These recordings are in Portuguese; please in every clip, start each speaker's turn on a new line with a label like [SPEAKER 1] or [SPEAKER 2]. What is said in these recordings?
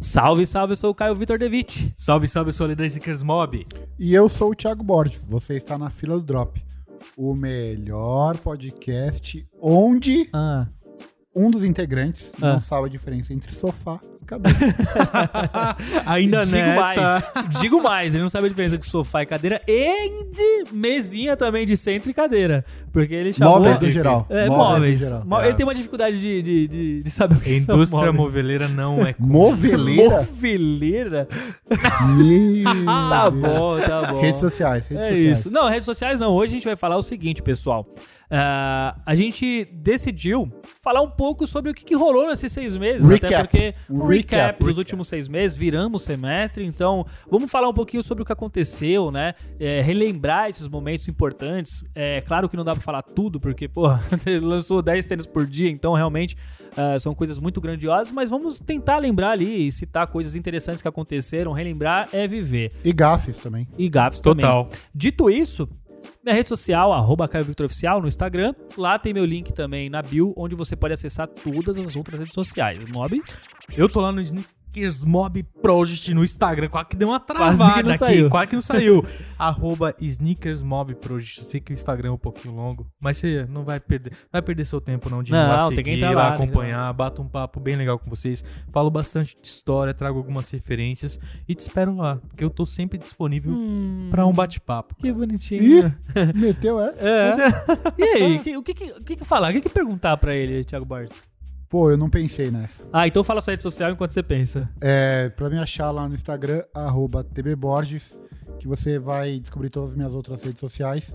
[SPEAKER 1] Salve, salve, eu sou o Caio Vitor Devitt.
[SPEAKER 2] Salve, salve, eu sou o líder Zickers Mob.
[SPEAKER 3] E eu sou o Thiago Borges. Você está na fila do Drop. O melhor podcast onde
[SPEAKER 1] Ah,
[SPEAKER 3] um dos integrantes
[SPEAKER 1] Ah.
[SPEAKER 3] não sabe a diferença entre sofá e cadeira.
[SPEAKER 2] Ainda
[SPEAKER 1] digo
[SPEAKER 2] nessa.
[SPEAKER 1] mais, digo mais, ele não sabe a diferença de sofá e cadeira e de mesinha também de centro e cadeira. Porque ele chamou...
[SPEAKER 3] móveis do geral.
[SPEAKER 1] Tá É, móveis. Mó- Ele tem uma dificuldade de, de, de, de saber o que
[SPEAKER 2] Indústria
[SPEAKER 1] são móveis.
[SPEAKER 2] moveleira não é.
[SPEAKER 3] Moveleira?
[SPEAKER 1] Moveleira?
[SPEAKER 3] Meu
[SPEAKER 1] Tá
[SPEAKER 3] Deus.
[SPEAKER 1] bom, tá bom.
[SPEAKER 3] Redes sociais, redes
[SPEAKER 1] É
[SPEAKER 3] sociais.
[SPEAKER 1] isso. Não, redes sociais não. Hoje a gente vai falar o seguinte, pessoal. Ah, a gente decidiu falar um pouco sobre o que, que rolou nesses seis meses. Até
[SPEAKER 3] Recap.
[SPEAKER 1] porque um recap,
[SPEAKER 3] Recap,
[SPEAKER 1] dos
[SPEAKER 3] recap.
[SPEAKER 1] últimos seis meses, viramos semestre, então vamos falar um pouquinho sobre o que aconteceu, né? É, relembrar esses momentos importantes. É claro que não dá pra falar tudo, porque, pô, lançou 10 tênis por dia, então realmente ah, são coisas muito grandiosas, mas vamos tentar lembrar ali e citar coisas interessantes que aconteceram. Relembrar é viver.
[SPEAKER 3] E gafes também.
[SPEAKER 1] E gafes também.
[SPEAKER 2] Total.
[SPEAKER 1] Dito isso, minha rede social, arroba Caio Victor Oficial, no Instagram. Lá tem meu link também na bio, onde você pode acessar todas as outras redes sociais. Mob,
[SPEAKER 2] Eu tô lá no Sneakers Mob Project no Instagram. Quase que deu uma
[SPEAKER 1] Quase que
[SPEAKER 2] travada
[SPEAKER 1] não
[SPEAKER 2] aqui.
[SPEAKER 1] saiu.
[SPEAKER 2] Quase que não saiu. Arroba Sneakers Mob Project. Eu sei que o Instagram é um pouquinho longo, mas você não vai perder. não vai perder seu tempo, não, de ir
[SPEAKER 1] Não,
[SPEAKER 2] lá
[SPEAKER 1] tem
[SPEAKER 2] seguir,
[SPEAKER 1] que entrar
[SPEAKER 2] lá
[SPEAKER 1] lá, tem que
[SPEAKER 2] acompanhar, bato um papo bem legal com vocês. Falo bastante de história, trago algumas referências e te espero lá, porque eu tô sempre disponível pra
[SPEAKER 1] Hum.
[SPEAKER 2] um bate-papo.
[SPEAKER 1] que bonitinho.
[SPEAKER 3] Hum, Ih, meteu essa?
[SPEAKER 1] É. e aí, que- o que, que, o que que falar? O que, que perguntar pra ele, Thiago Borges?
[SPEAKER 3] Pô, eu não pensei nessa.
[SPEAKER 1] Ah, então fala sua rede social enquanto você pensa.
[SPEAKER 3] É, pra me achar lá no Instagram, arroba tbborges, que você vai descobrir todas as minhas outras redes sociais,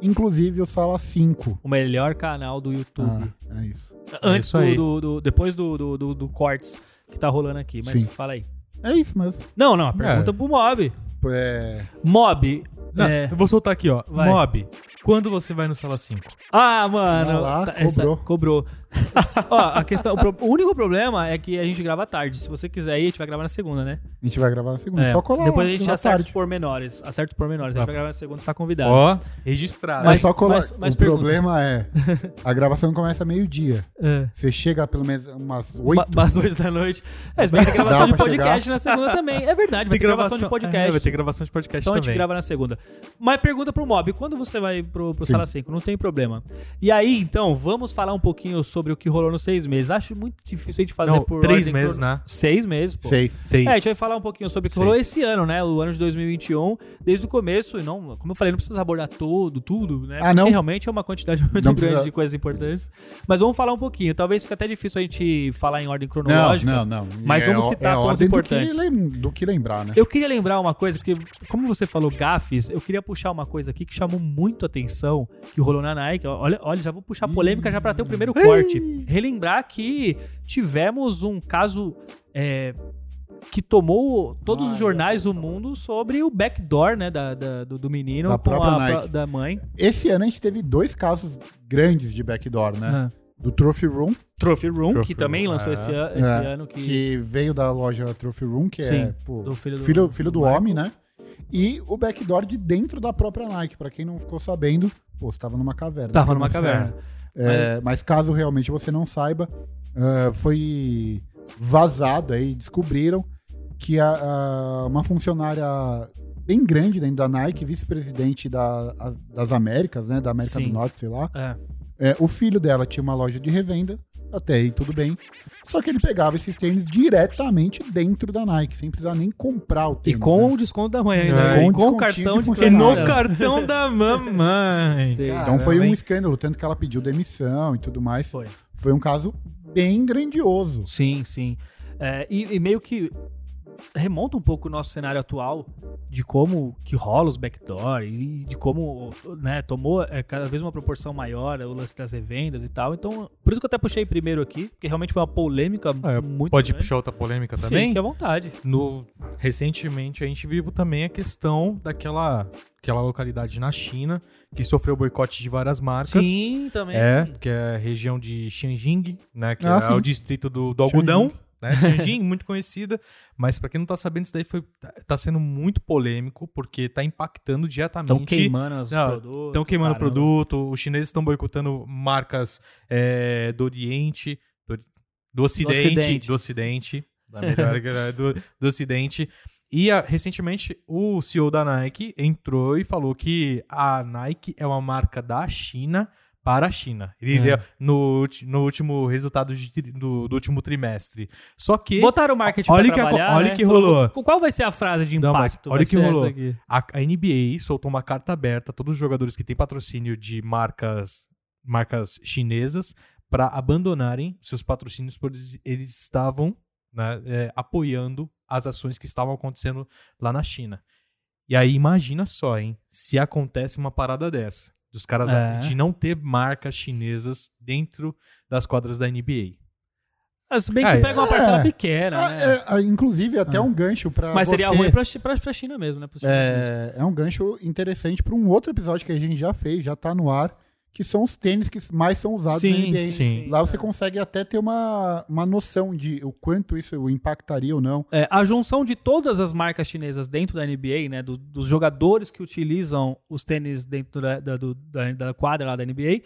[SPEAKER 3] inclusive o Sala 5.
[SPEAKER 1] O melhor canal do YouTube.
[SPEAKER 3] Ah, é isso.
[SPEAKER 1] Antes
[SPEAKER 2] isso aí.
[SPEAKER 1] do, do- do- Depois do, do, do, do cortes que tá rolando aqui. Mas
[SPEAKER 3] Sim.
[SPEAKER 1] fala aí.
[SPEAKER 3] É isso mesmo.
[SPEAKER 1] Não, não, a pergunta pro Mob.
[SPEAKER 3] É,
[SPEAKER 1] Mob.
[SPEAKER 2] Não,
[SPEAKER 1] é,
[SPEAKER 2] Eu vou soltar aqui, ó.
[SPEAKER 1] Vai.
[SPEAKER 2] Mob, quando você vai no Sala 5?
[SPEAKER 1] Ah, mano.
[SPEAKER 3] Vai lá,
[SPEAKER 1] tá,
[SPEAKER 3] cobrou.
[SPEAKER 1] cobrou. Ó, a questão, o, pro- o único problema é que a gente grava tarde. Se você quiser ir, a gente vai gravar na segunda, né?
[SPEAKER 3] a gente vai gravar na segunda.
[SPEAKER 2] É,
[SPEAKER 3] Só colar
[SPEAKER 1] Depois a
[SPEAKER 3] lá,
[SPEAKER 1] gente
[SPEAKER 3] na
[SPEAKER 1] acerta os
[SPEAKER 3] tarde.
[SPEAKER 1] pormenores. Acerta os pormenores. A gente
[SPEAKER 2] Tá.
[SPEAKER 1] vai gravar na segunda, você tá convidado.
[SPEAKER 2] Ó, registrado.
[SPEAKER 3] Mas É só colar.
[SPEAKER 1] mas- mas
[SPEAKER 3] o
[SPEAKER 1] pergunta.
[SPEAKER 3] problema é, a gravação começa meio-dia.
[SPEAKER 1] É.
[SPEAKER 3] Você chega pelo menos umas
[SPEAKER 1] Ba-
[SPEAKER 3] 8.
[SPEAKER 1] das oito da noite. É, se bem que tem gravação
[SPEAKER 3] Dá
[SPEAKER 1] de
[SPEAKER 3] pra
[SPEAKER 1] podcast na segunda também. É verdade, vai ter gravação, de
[SPEAKER 2] É,
[SPEAKER 1] podcast.
[SPEAKER 2] vai ter gravação de podcast
[SPEAKER 1] então a gente
[SPEAKER 2] também.
[SPEAKER 1] grava na segunda. Mas pergunta pro Mob, quando você vai pro, pro Sala 5? Não tem problema. E aí, então, vamos falar um pouquinho sobre o que rolou nos seis meses. Acho muito difícil a gente fazer
[SPEAKER 2] Não,
[SPEAKER 1] por
[SPEAKER 2] três
[SPEAKER 1] ordem
[SPEAKER 2] meses,
[SPEAKER 1] cron-
[SPEAKER 2] né?
[SPEAKER 1] Seis meses, pô.
[SPEAKER 3] Seis.
[SPEAKER 2] Seis.
[SPEAKER 1] É, a gente vai falar um pouquinho sobre o que
[SPEAKER 2] Seis.
[SPEAKER 1] rolou esse ano, né? O ano de 2021, desde o começo, e não, como eu falei, não precisa abordar todo, tudo, né?
[SPEAKER 3] Ah,
[SPEAKER 1] Porque
[SPEAKER 3] não?
[SPEAKER 1] realmente é uma quantidade muito
[SPEAKER 3] Não
[SPEAKER 1] grande
[SPEAKER 3] precisa.
[SPEAKER 1] de coisas importantes. Mas vamos falar um pouquinho. Talvez fique até difícil a gente falar em ordem
[SPEAKER 3] Não,
[SPEAKER 1] cronológica.
[SPEAKER 3] não, não.
[SPEAKER 1] Mas vamos
[SPEAKER 3] o-
[SPEAKER 1] citar
[SPEAKER 3] a
[SPEAKER 1] pontos
[SPEAKER 3] ordem do que
[SPEAKER 1] importantes.
[SPEAKER 3] lem- do que lembrar, né?
[SPEAKER 1] Eu queria lembrar uma coisa, porque como você falou gafes, eu queria puxar uma coisa aqui que chamou muito a atenção, que rolou na Nike. Olha, olha já vou puxar a polêmica já pra ter o primeiro corte. Relembrar que tivemos um caso é, que tomou todos os
[SPEAKER 3] Ah,
[SPEAKER 1] jornais do mundo sobre o backdoor né, da, da- do, do menino
[SPEAKER 3] Da
[SPEAKER 1] com
[SPEAKER 3] própria
[SPEAKER 1] a
[SPEAKER 3] Nike.
[SPEAKER 1] pro- da mãe.
[SPEAKER 3] Esse ano a gente teve dois casos grandes de backdoor, né?
[SPEAKER 1] Ah.
[SPEAKER 3] Do Trophy Room,
[SPEAKER 1] Trophy Room,
[SPEAKER 2] Trophy
[SPEAKER 1] que também
[SPEAKER 2] Room,
[SPEAKER 1] lançou
[SPEAKER 2] é.
[SPEAKER 1] esse, an- esse
[SPEAKER 3] É,
[SPEAKER 1] ano. Que,
[SPEAKER 3] que veio da loja Trophy Room, que é
[SPEAKER 1] Sim,
[SPEAKER 3] pô,
[SPEAKER 1] do filho do-
[SPEAKER 3] filho, filho
[SPEAKER 1] do
[SPEAKER 3] do
[SPEAKER 1] Michael.
[SPEAKER 3] homem, né? E o backdoor de dentro da própria Nike. Pra quem não ficou sabendo, pô, você tava numa caverna.
[SPEAKER 1] tava
[SPEAKER 3] Quem
[SPEAKER 1] numa
[SPEAKER 3] não
[SPEAKER 1] caverna.
[SPEAKER 3] sabe? É, mas caso realmente você não saiba, ah, foi vazado aí, descobriram que a- a- uma funcionária bem grande dentro da Nike, vice-presidente da- a- das Américas, né? Da América
[SPEAKER 1] Sim.
[SPEAKER 3] do Norte, sei lá.
[SPEAKER 1] É.
[SPEAKER 3] É, o filho dela tinha uma loja de revenda, até aí tudo bem. Só que ele pegava esses tênis diretamente dentro da Nike, sem precisar nem comprar o
[SPEAKER 1] E
[SPEAKER 3] tênis.
[SPEAKER 1] com um
[SPEAKER 3] né?
[SPEAKER 1] o desconto da mãe ainda. né?
[SPEAKER 2] É, com
[SPEAKER 1] E
[SPEAKER 3] o
[SPEAKER 1] com o
[SPEAKER 3] descontinho
[SPEAKER 1] cartão
[SPEAKER 3] de
[SPEAKER 1] de
[SPEAKER 2] E
[SPEAKER 3] funcionário.
[SPEAKER 2] no
[SPEAKER 3] Caramba.
[SPEAKER 2] cartão da mamãe.
[SPEAKER 1] Sim.
[SPEAKER 3] Então foi
[SPEAKER 2] Caramba,
[SPEAKER 3] um
[SPEAKER 2] hein?
[SPEAKER 3] escândalo, tanto que ela pediu demissão e tudo mais.
[SPEAKER 1] Foi.
[SPEAKER 3] Foi um caso bem grandioso.
[SPEAKER 1] Sim, sim. É, e, e meio que remonta um pouco o nosso cenário atual de como que rola os backdoor e de como né, tomou é, cada vez uma proporção maior é, o lance das revendas e tal. Então, por isso que eu até puxei primeiro aqui, porque realmente foi uma polêmica
[SPEAKER 2] É,
[SPEAKER 1] muito
[SPEAKER 2] Pode
[SPEAKER 1] grande.
[SPEAKER 2] puxar outra polêmica
[SPEAKER 1] Fique
[SPEAKER 2] também?
[SPEAKER 1] à vontade.
[SPEAKER 2] No, recentemente a gente viu também a questão daquela aquela localidade na China que sofreu boicote de várias marcas.
[SPEAKER 1] Sim, também. né?
[SPEAKER 2] É, que é a região de Xianjing, né? Que
[SPEAKER 3] Ah,
[SPEAKER 2] é o
[SPEAKER 3] sim.
[SPEAKER 2] distrito do, do algodão. Né? Xianjing, muito conhecida. Mas pra quem não tá sabendo, isso daí foi, tá- tá sendo muito polêmico, porque tá impactando diretamente.
[SPEAKER 1] Estão queimando os
[SPEAKER 2] Não,
[SPEAKER 1] produtos.
[SPEAKER 2] Estão queimando
[SPEAKER 1] caramba.
[SPEAKER 2] produto, os chineses estão boicotando marcas é, do Oriente, do, do Ocidente,
[SPEAKER 1] Ocidente.
[SPEAKER 2] do Ocidente, da melhor galera do, do Ocidente. E ah, recentemente o CEO da Nike entrou e falou que a Nike é uma marca da China para a China. Ele
[SPEAKER 1] É.
[SPEAKER 2] deu no, ulti- no último resultado de tri- do, do último trimestre. Só que
[SPEAKER 1] Botaram o marketing
[SPEAKER 2] Olha
[SPEAKER 1] pra
[SPEAKER 2] que a-
[SPEAKER 1] trabalhar,
[SPEAKER 2] olha
[SPEAKER 1] né?
[SPEAKER 2] que rolou.
[SPEAKER 1] Falou, "Qu- Qual vai ser a frase de
[SPEAKER 2] Não, mas
[SPEAKER 1] impacto?
[SPEAKER 2] olha
[SPEAKER 1] Vai
[SPEAKER 2] o que
[SPEAKER 1] ser
[SPEAKER 2] rolou.
[SPEAKER 1] essa aqui.
[SPEAKER 2] a, a NBA soltou uma carta aberta a todos os jogadores que têm patrocínio de marcas, marcas chinesas para abandonarem seus patrocínios, pois eles- eles estavam né, é, apoiando as ações que estavam acontecendo lá na China. E aí imagina só, hein, se acontece uma parada dessa, dos caras
[SPEAKER 1] É.
[SPEAKER 2] de não ter marcas chinesas dentro das quadras da NBA.
[SPEAKER 1] Ah, Se bem que
[SPEAKER 2] É,
[SPEAKER 1] pega uma parcela
[SPEAKER 3] é.
[SPEAKER 1] pequena,
[SPEAKER 3] Ah,
[SPEAKER 1] né?
[SPEAKER 3] é, ah, inclusive, até
[SPEAKER 2] Ah.
[SPEAKER 3] um gancho pra.
[SPEAKER 1] Mas seria
[SPEAKER 3] você-
[SPEAKER 1] ruim pra, chi- pra, pra China mesmo, né? pros chineses.
[SPEAKER 3] É, é um gancho interessante pra um outro episódio que a gente já fez, já tá no ar, que são os tênis que mais são usados na
[SPEAKER 1] Sim,
[SPEAKER 3] NBA.
[SPEAKER 2] sim.
[SPEAKER 3] Lá você consegue até ter uma, uma noção de o quanto isso impactaria ou não.
[SPEAKER 1] É, a junção de todas as marcas chinesas dentro da NBA, né? do- dos jogadores que utilizam os tênis dentro da, da- do- da- da quadra lá da NBA,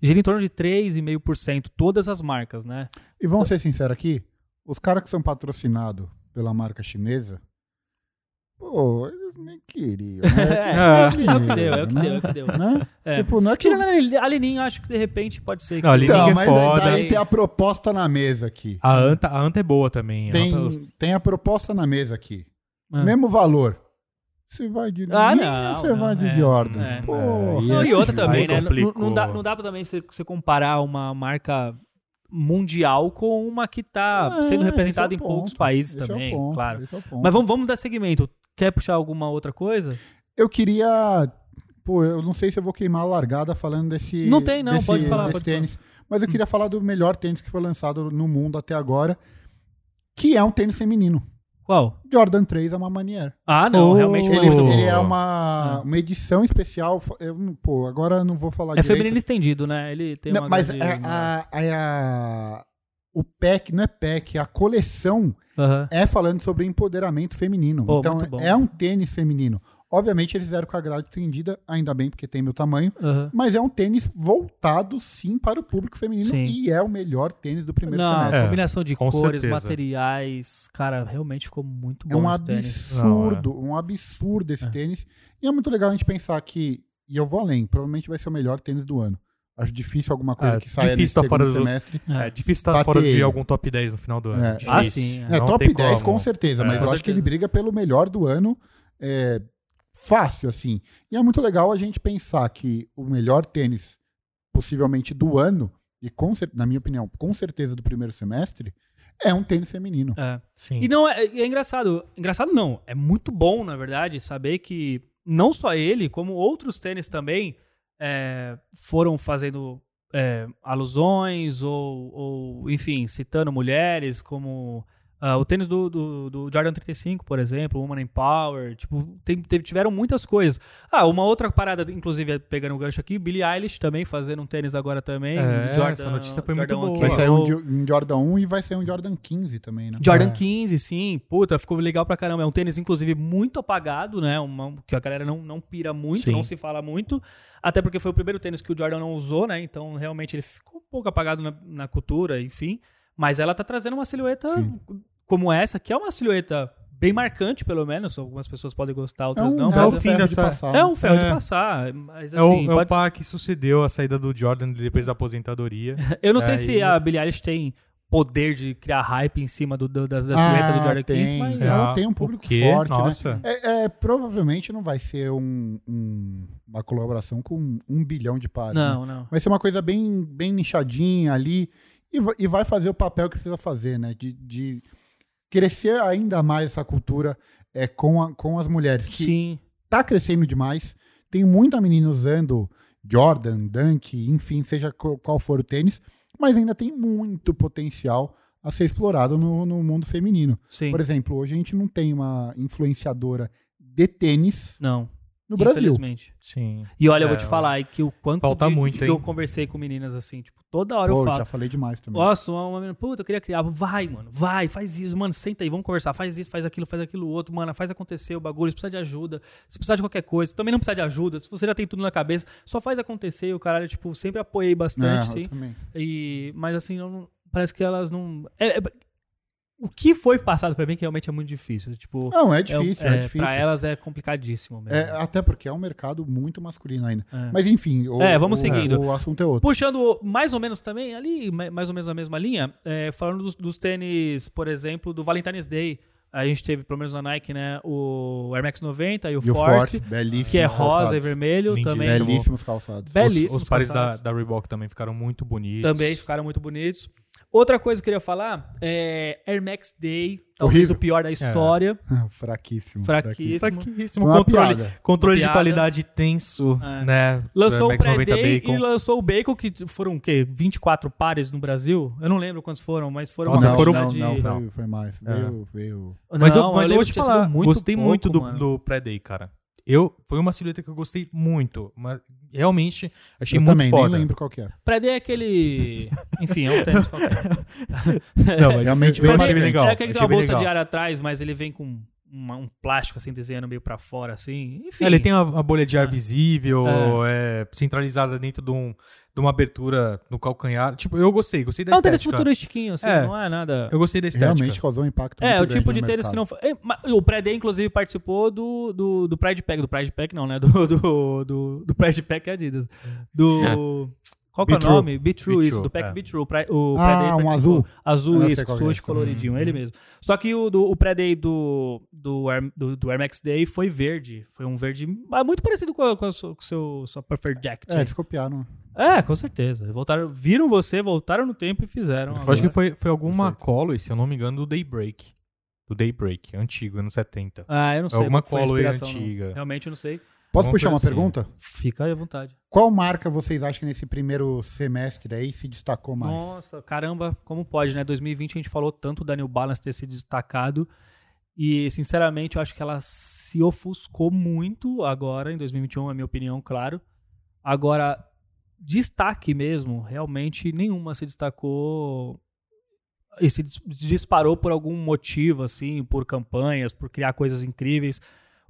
[SPEAKER 1] gira em torno de 3,5%, todas as marcas, né?
[SPEAKER 3] E vamos ser sinceros aqui, os caras que são patrocinados pela marca chinesa, pô, eles nem queriam, né?
[SPEAKER 1] É,
[SPEAKER 3] Que
[SPEAKER 1] é o que deu,
[SPEAKER 3] dinheiro,
[SPEAKER 1] é o que
[SPEAKER 3] né?
[SPEAKER 1] deu, é o que deu.
[SPEAKER 3] Né?
[SPEAKER 1] É.
[SPEAKER 3] Tipo, não é que...
[SPEAKER 1] Tirando a Lin- a Lenin, acho que de repente pode ser.
[SPEAKER 2] Não, a
[SPEAKER 1] que-
[SPEAKER 2] Lenin-
[SPEAKER 3] Então,
[SPEAKER 2] Ninguém
[SPEAKER 3] mas
[SPEAKER 2] foda.
[SPEAKER 3] daí tem a proposta na mesa aqui.
[SPEAKER 2] A Anta, a Anta é boa também. a
[SPEAKER 3] Tem,
[SPEAKER 2] Anta-
[SPEAKER 3] tem a proposta na mesa aqui.
[SPEAKER 1] Ah.
[SPEAKER 3] Mesmo valor. Você vai de
[SPEAKER 1] Ah,
[SPEAKER 3] Nike,
[SPEAKER 1] não,
[SPEAKER 3] você
[SPEAKER 1] não,
[SPEAKER 3] vai de
[SPEAKER 1] é,
[SPEAKER 3] Jordan.
[SPEAKER 1] é.
[SPEAKER 3] Porra.
[SPEAKER 1] Não, e outra
[SPEAKER 2] Aí
[SPEAKER 1] também, né? Não,
[SPEAKER 2] complicou.
[SPEAKER 1] não dá, não dá pra também você, você comparar uma marca mundial com uma que tá
[SPEAKER 3] É,
[SPEAKER 1] sendo
[SPEAKER 3] esse
[SPEAKER 1] representada
[SPEAKER 3] é o
[SPEAKER 1] em poucos
[SPEAKER 3] ponto,
[SPEAKER 1] países
[SPEAKER 3] esse é o
[SPEAKER 1] também,
[SPEAKER 3] ponto,
[SPEAKER 1] claro.
[SPEAKER 3] esse é o ponto.
[SPEAKER 1] Mas vamos, vamos dar segmento. Quer puxar alguma outra coisa?
[SPEAKER 3] Eu queria. Pô, eu não sei se eu vou queimar a largada falando desse.
[SPEAKER 1] Não tem, não,
[SPEAKER 3] desse-
[SPEAKER 1] pode falar, Hum.
[SPEAKER 3] Desse
[SPEAKER 1] pode
[SPEAKER 3] tênis. Mas eu queria falar do melhor tênis que foi lançado no mundo até agora, que é um tênis feminino.
[SPEAKER 1] Qual?
[SPEAKER 3] Jordan 3 é uma manier.
[SPEAKER 1] Ah, não,
[SPEAKER 2] Oh,
[SPEAKER 1] realmente
[SPEAKER 3] Ele,
[SPEAKER 1] não.
[SPEAKER 2] Oh.
[SPEAKER 3] ele é uma, uma edição especial. Eu, não- pô, agora eu não vou falar
[SPEAKER 1] Ah. É
[SPEAKER 3] direito.
[SPEAKER 1] feminino estendido, né? Ele tem
[SPEAKER 3] Não,
[SPEAKER 1] uma
[SPEAKER 3] mas é,
[SPEAKER 1] grande-
[SPEAKER 3] a, a- a- a- o pack, não é pack, a coleção
[SPEAKER 1] Aham.
[SPEAKER 3] é falando sobre empoderamento feminino.
[SPEAKER 1] Pô,
[SPEAKER 3] então
[SPEAKER 1] muito bom.
[SPEAKER 3] é um tênis feminino. Obviamente eles fizeram com a grade estendida, ainda bem porque tem meu tamanho,
[SPEAKER 1] Aham.
[SPEAKER 3] mas é um tênis voltado sim para o público feminino
[SPEAKER 1] Sim.
[SPEAKER 3] e é o melhor tênis do primeiro
[SPEAKER 1] Não, a
[SPEAKER 3] semestre.
[SPEAKER 2] É,
[SPEAKER 1] combinação de
[SPEAKER 2] com
[SPEAKER 1] cores,
[SPEAKER 2] certeza.
[SPEAKER 1] materiais, cara, realmente ficou muito
[SPEAKER 3] É,
[SPEAKER 1] bom
[SPEAKER 3] um
[SPEAKER 1] esse tênis. é.
[SPEAKER 3] absurdo, um absurdo esse tênis. E é muito legal a gente pensar que, e eu vou além, provavelmente vai ser o melhor tênis do ano. Acho difícil alguma coisa
[SPEAKER 2] É,
[SPEAKER 3] que saia
[SPEAKER 2] difícil
[SPEAKER 3] nesse
[SPEAKER 2] tá
[SPEAKER 3] segundo
[SPEAKER 2] fora do-
[SPEAKER 3] semestre.
[SPEAKER 2] É difícil estar
[SPEAKER 3] Bater
[SPEAKER 2] fora de
[SPEAKER 3] ele.
[SPEAKER 2] algum top 10 no final do ano.
[SPEAKER 3] É.
[SPEAKER 2] Difícil.
[SPEAKER 1] Ah, sim, é.
[SPEAKER 3] É,
[SPEAKER 2] Não
[SPEAKER 3] top
[SPEAKER 2] tem
[SPEAKER 3] 10
[SPEAKER 2] como.
[SPEAKER 3] com certeza,
[SPEAKER 2] É.
[SPEAKER 3] mas
[SPEAKER 2] Com
[SPEAKER 3] eu acho que
[SPEAKER 1] certeza.
[SPEAKER 3] ele briga pelo melhor do ano. é, fácil, assim. E é muito legal a gente pensar que o melhor tênis, possivelmente do ano, e com cer- na minha opinião, com certeza do primeiro semestre, é um tênis feminino.
[SPEAKER 1] É.
[SPEAKER 2] Sim.
[SPEAKER 1] E não é, é engraçado. Engraçado não. É muito bom, na verdade, saber que não só ele, como outros tênis também é, foram fazendo é, alusões ou, ou, enfim, citando mulheres, como ah, o tênis do, do, do Jordan 35, por exemplo, Woman in Power. Tipo, tem- teve- tiveram muitas coisas. Ah, uma outra parada, inclusive, pegando o gancho aqui, Billie Eilish também fazendo um tênis agora também.
[SPEAKER 2] É, essa notícia foi muito
[SPEAKER 1] É,
[SPEAKER 2] boa.
[SPEAKER 3] Vai
[SPEAKER 2] Uau.
[SPEAKER 3] sair um,
[SPEAKER 1] 1
[SPEAKER 3] Jo- um Jordan 1 e vai sair um Jordan 15 também, né?
[SPEAKER 1] Jordan
[SPEAKER 2] É.
[SPEAKER 1] 15, sim. Puta, ficou legal pra caramba. É um tênis, inclusive, muito apagado, né? Uma- que a galera não, não pira muito,
[SPEAKER 2] Sim.
[SPEAKER 1] não se fala muito. Até porque foi o primeiro tênis que o Jordan não usou, né? Então, realmente, ele ficou um pouco apagado na, na cultura, enfim. Mas ela tá trazendo uma silhueta
[SPEAKER 3] Sim.
[SPEAKER 1] como essa, que é uma silhueta bem marcante, pelo menos. Algumas pessoas podem gostar,
[SPEAKER 3] É
[SPEAKER 1] outras
[SPEAKER 3] um,
[SPEAKER 1] não.
[SPEAKER 3] é
[SPEAKER 1] mas
[SPEAKER 3] um
[SPEAKER 2] fim
[SPEAKER 3] ferro de
[SPEAKER 2] dessa-
[SPEAKER 3] passar.
[SPEAKER 1] é, um ferro de
[SPEAKER 2] É.
[SPEAKER 1] passar. Mas,
[SPEAKER 2] É o,
[SPEAKER 1] assim,
[SPEAKER 2] é o
[SPEAKER 1] pode-
[SPEAKER 2] par que sucedeu a saída do Jordan depois da aposentadoria.
[SPEAKER 1] eu não sei
[SPEAKER 2] Aí-
[SPEAKER 1] se a Billie Eilish tem poder de criar hype em cima do, do- da, da
[SPEAKER 3] Ah,
[SPEAKER 1] silhueta do Jordan 15,
[SPEAKER 3] tem.
[SPEAKER 1] mas...
[SPEAKER 3] É. Ela tem um
[SPEAKER 2] o
[SPEAKER 3] público
[SPEAKER 2] quê?
[SPEAKER 3] forte, né?
[SPEAKER 2] Nossa.
[SPEAKER 3] É, é, provavelmente não vai ser um- um- uma colaboração com um bilhão de pares. né?
[SPEAKER 1] Não, não.
[SPEAKER 3] Vai ser uma coisa bem, bem nichadinha ali e, va- e vai fazer o papel que precisa fazer, né? De, de crescer ainda mais essa cultura é, com, a- com as mulheres, que
[SPEAKER 1] Sim.
[SPEAKER 3] tá crescendo demais. Tem muita menina usando Jordan, Dunk, enfim, seja co- qual for o tênis, mas ainda tem muito potencial a ser explorado no, no mundo feminino.
[SPEAKER 1] Sim.
[SPEAKER 3] Por exemplo, hoje a gente não tem uma influenciadora de tênis
[SPEAKER 1] Não.
[SPEAKER 3] no Brasil.
[SPEAKER 1] Infelizmente.
[SPEAKER 2] Sim.
[SPEAKER 1] E olha, eu vou
[SPEAKER 2] É,
[SPEAKER 1] te falar é que o quanto
[SPEAKER 2] falta
[SPEAKER 1] de-
[SPEAKER 2] muito,
[SPEAKER 1] que
[SPEAKER 2] hein?
[SPEAKER 1] eu conversei com meninas assim, tipo, toda hora eu
[SPEAKER 3] Pô,
[SPEAKER 1] falo.
[SPEAKER 3] já falei demais também.
[SPEAKER 1] Nossa, uma, uma menina, puta, eu queria criar. Vai, mano, vai, faz isso, mano, senta aí, vamos conversar. Faz isso, faz aquilo, faz aquilo outro, mano, faz acontecer o bagulho. Se precisar de ajuda, se precisar de qualquer coisa, também não precisar de ajuda, se você já tem tudo na cabeça, só faz acontecer. E o caralho, tipo, sempre apoiei
[SPEAKER 3] É,
[SPEAKER 1] bastante,
[SPEAKER 3] eu
[SPEAKER 1] sim.
[SPEAKER 3] também.
[SPEAKER 1] E, mas assim, eu não- parece que elas não. é- é- o que foi passado pra mim que realmente é muito difícil. Tipo,
[SPEAKER 3] Não, é difícil, é, difícil.
[SPEAKER 1] Pra elas é complicadíssimo mesmo.
[SPEAKER 3] É, até porque é um mercado muito masculino ainda.
[SPEAKER 1] É.
[SPEAKER 3] Mas enfim, o,
[SPEAKER 1] É, vamos
[SPEAKER 3] o-
[SPEAKER 1] seguindo.
[SPEAKER 3] o assunto é outro.
[SPEAKER 1] Puxando mais ou menos também, ali, ma- mais ou menos na mesma linha, é, falando dos, dos tênis, por exemplo, do Valentine's Day. A gente teve, pelo menos na Nike, né, o Air Max 90 e o,
[SPEAKER 3] E o
[SPEAKER 1] Force,
[SPEAKER 3] Force, belíssimo.
[SPEAKER 1] que é rosa e vermelho
[SPEAKER 2] Lindíssimo.
[SPEAKER 1] também.
[SPEAKER 3] Belíssimos calçados.
[SPEAKER 1] Be- Belíssimos
[SPEAKER 2] Os, os pares da,
[SPEAKER 1] calçados.
[SPEAKER 2] da Reebok também ficaram muito bonitos.
[SPEAKER 1] Também ficaram muito bonitos. Outra coisa que eu queria falar é Air Max Day, talvez
[SPEAKER 3] Horrível.
[SPEAKER 1] o pior
[SPEAKER 2] É.
[SPEAKER 1] da história.
[SPEAKER 3] Fraquíssimo.
[SPEAKER 1] Fraquíssimo.
[SPEAKER 2] Fraquíssimo.
[SPEAKER 3] Foi uma
[SPEAKER 2] Controle,
[SPEAKER 3] piada.
[SPEAKER 2] controle de
[SPEAKER 1] Piada.
[SPEAKER 2] qualidade tenso,
[SPEAKER 1] É.
[SPEAKER 2] né?
[SPEAKER 1] Lançou o
[SPEAKER 2] Air Max 90
[SPEAKER 1] pré-day
[SPEAKER 2] Bacon.
[SPEAKER 1] e lançou o Bacon, que foram o quê? 24 pares no Brasil? Eu não lembro quantos foram, mas foram
[SPEAKER 2] Nossa,
[SPEAKER 3] não,
[SPEAKER 2] foram-
[SPEAKER 3] não,
[SPEAKER 1] quantidade
[SPEAKER 3] não,
[SPEAKER 1] de- É.
[SPEAKER 3] foi, foi mais. Veio, veio.
[SPEAKER 2] Mas
[SPEAKER 1] Não,
[SPEAKER 2] eu, mas eu
[SPEAKER 1] lembro
[SPEAKER 2] vou
[SPEAKER 1] que
[SPEAKER 2] te
[SPEAKER 1] tinha sido
[SPEAKER 2] falar,
[SPEAKER 1] muito
[SPEAKER 2] gostei
[SPEAKER 1] pouco,
[SPEAKER 2] muito do,
[SPEAKER 1] mano.
[SPEAKER 2] do pré-day, cara. Eu, foi uma silhueta que eu gostei muito. Mas realmente, achei
[SPEAKER 3] Eu
[SPEAKER 2] muito
[SPEAKER 3] também,
[SPEAKER 2] foda.
[SPEAKER 3] nem lembro qual que era.
[SPEAKER 1] Pré-day é aquele... Enfim, é um tênis qualquer.
[SPEAKER 2] Não, mas
[SPEAKER 3] Realmente
[SPEAKER 2] eu
[SPEAKER 3] bem
[SPEAKER 2] achei
[SPEAKER 3] marcante.
[SPEAKER 2] bem legal.
[SPEAKER 1] É aquele que tem
[SPEAKER 2] achei
[SPEAKER 1] uma
[SPEAKER 2] bem
[SPEAKER 1] bolsa
[SPEAKER 2] legal.
[SPEAKER 1] de ar atrás, mas ele vem com uma- um plástico assim, desenhando meio pra fora, assim. Enfim.
[SPEAKER 2] É, ele tem uma, uma bolha de
[SPEAKER 1] Ah.
[SPEAKER 2] ar visível, é, centralizada dentro de, um- de uma abertura no calcanhar. Tipo, eu gostei, gostei da
[SPEAKER 1] é um tênis
[SPEAKER 2] estética.
[SPEAKER 1] futuristiquinho, assim,
[SPEAKER 2] É.
[SPEAKER 1] não é nada.
[SPEAKER 2] Eu gostei da estética.
[SPEAKER 3] Realmente causou um impacto
[SPEAKER 1] É,
[SPEAKER 3] muito
[SPEAKER 1] é o tipo
[SPEAKER 3] grande
[SPEAKER 1] de
[SPEAKER 3] no
[SPEAKER 1] tênis que
[SPEAKER 3] mercado.
[SPEAKER 1] não foi. é, mas O Pré-Day, inclusive, participou do, do, do Pride Pack. Do Pride Pack, não, né? Do, do, do, do Pride Pack é Adidas. Do. Qual que é o
[SPEAKER 2] Be True.
[SPEAKER 1] nome? Be True,
[SPEAKER 2] Be
[SPEAKER 1] isso.
[SPEAKER 2] True,
[SPEAKER 1] Do Pack
[SPEAKER 2] é.
[SPEAKER 1] Be True. O Pride- o
[SPEAKER 3] Ah,
[SPEAKER 1] Pré-Day
[SPEAKER 3] um
[SPEAKER 1] participou.
[SPEAKER 3] azul. Eu
[SPEAKER 1] Azul,
[SPEAKER 3] sei
[SPEAKER 1] isso.
[SPEAKER 3] qual que é
[SPEAKER 1] Sujo
[SPEAKER 3] esse.
[SPEAKER 1] coloridinho, ele mesmo. Só que o, do, o Pré-Day do, do, Air- do, do Air Max Day foi verde. Foi um verde ah, muito parecido com, a, com, a sua- com o seu sua Perfect Jacket.
[SPEAKER 3] É, eles copiaram.
[SPEAKER 1] É, com certeza. Voltaram, viram você, voltaram no tempo e fizeram.
[SPEAKER 2] Eu acho que
[SPEAKER 1] agora.
[SPEAKER 2] foi, foi alguma Colloy, se eu não me engano, do Daybreak. Do Daybreak, antigo, anos 70.
[SPEAKER 1] Ah, eu não sei.
[SPEAKER 2] Alguma
[SPEAKER 1] qual foi a
[SPEAKER 2] Callaway
[SPEAKER 1] inspiração, não.
[SPEAKER 2] antiga.
[SPEAKER 1] Realmente eu não sei.
[SPEAKER 3] Posso
[SPEAKER 2] Alguma
[SPEAKER 3] puxar uma
[SPEAKER 2] coisa assim.
[SPEAKER 3] pergunta?
[SPEAKER 1] Fica aí à vontade.
[SPEAKER 3] Qual marca vocês acham que nesse primeiro semestre aí se destacou mais?
[SPEAKER 1] Nossa, caramba, como pode, né? 2020 a gente falou tanto da New Balance ter se destacado e, sinceramente, eu acho que ela se ofuscou muito agora, em 2021, é a minha opinião, claro. Agora, destaque mesmo, realmente nenhuma se destacou e se dis- disparou por algum motivo, assim, por campanhas, por criar coisas incríveis.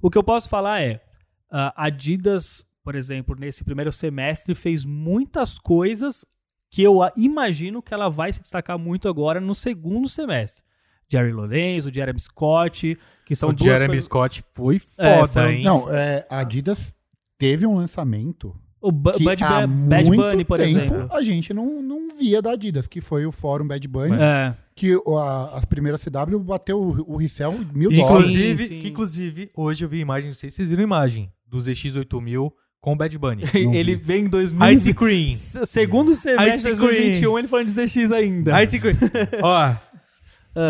[SPEAKER 1] O que eu posso falar é, a Adidas, por exemplo, nesse primeiro semestre fez muitas coisas que eu a- imagino que ela vai se destacar muito agora no segundo semestre. Jerry Lorenzo, Jeremy Scott, que são
[SPEAKER 2] o
[SPEAKER 1] duas
[SPEAKER 2] Jeremy
[SPEAKER 1] coisas-
[SPEAKER 2] Scott foi
[SPEAKER 1] É,
[SPEAKER 2] foda,
[SPEAKER 1] foi um-
[SPEAKER 2] hein?
[SPEAKER 3] Não, é, a Adidas teve um lançamento
[SPEAKER 1] O Bu-
[SPEAKER 3] que
[SPEAKER 1] Bud,
[SPEAKER 3] há
[SPEAKER 1] Ba- Bad
[SPEAKER 3] muito
[SPEAKER 1] Bunny,
[SPEAKER 2] né?
[SPEAKER 1] por
[SPEAKER 3] tempo
[SPEAKER 1] exemplo.
[SPEAKER 3] a gente não, não via da Adidas, que foi o fórum Bad Bunny,
[SPEAKER 1] É.
[SPEAKER 3] que o- a- as primeiras CW bateu o, o Ricel mil dólares.
[SPEAKER 2] Inclusive,
[SPEAKER 1] Sim, sim.
[SPEAKER 2] que inclusive, hoje eu vi imagem, não sei se vocês viram imagem, do ZX8000 com o Bad Bunny.
[SPEAKER 3] Não
[SPEAKER 1] ele
[SPEAKER 3] vi.
[SPEAKER 1] vem em 2000.
[SPEAKER 2] Ice Cream.
[SPEAKER 1] Se- Segundo semestre de
[SPEAKER 2] Ice
[SPEAKER 1] 2021, ele falando de ZX ainda.
[SPEAKER 2] Ice Cream. Ó,
[SPEAKER 1] Ah,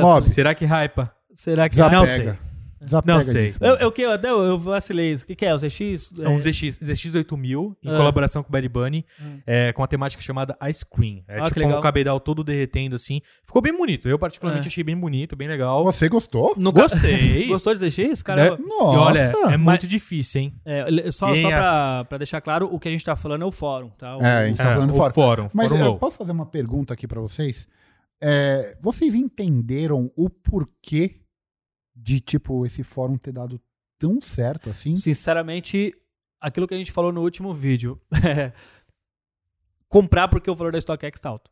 [SPEAKER 3] Ó,
[SPEAKER 2] será que hypa?
[SPEAKER 1] será que
[SPEAKER 3] desapega.
[SPEAKER 2] Não sei.
[SPEAKER 3] Desapega
[SPEAKER 2] Não sei.
[SPEAKER 3] disso.
[SPEAKER 1] Eu, eu, que- eu, até eu, eu vacilei. isso. O que, que é? O ZX?
[SPEAKER 2] É um ZX, ZX8000 em
[SPEAKER 1] Ah.
[SPEAKER 2] colaboração com o Bad Bunny,
[SPEAKER 1] Hum.
[SPEAKER 2] é, com a temática chamada Ice Cream. É
[SPEAKER 1] Ah, que
[SPEAKER 2] tipo
[SPEAKER 1] legal.
[SPEAKER 2] um cabedal todo derretendo assim. Ficou bem bonito. Eu particularmente
[SPEAKER 1] É.
[SPEAKER 2] achei bem bonito, bem legal.
[SPEAKER 3] Você gostou?
[SPEAKER 1] Nunca-
[SPEAKER 2] Gostei.
[SPEAKER 1] Gostou de ZX? Caramba.
[SPEAKER 2] Né?
[SPEAKER 3] Nossa.
[SPEAKER 2] E olha, é muito
[SPEAKER 1] Mas-
[SPEAKER 2] difícil, hein?
[SPEAKER 1] É, ele- só
[SPEAKER 2] Quem
[SPEAKER 1] só
[SPEAKER 2] é
[SPEAKER 1] pra, pra deixar claro, o que a gente tá falando é o fórum, tá? O-
[SPEAKER 3] É, a gente tá
[SPEAKER 2] É,
[SPEAKER 3] falando
[SPEAKER 2] o
[SPEAKER 3] fora.
[SPEAKER 2] fórum.
[SPEAKER 3] Mas é,
[SPEAKER 2] fórum
[SPEAKER 3] eu
[SPEAKER 2] low.
[SPEAKER 3] posso fazer uma pergunta aqui pra vocês? É, vocês entenderam o porquê de, tipo, esse fórum ter dado tão certo assim?
[SPEAKER 1] Sinceramente, aquilo que a gente falou no último vídeo. é, comprar porque o valor da StockX tá alto.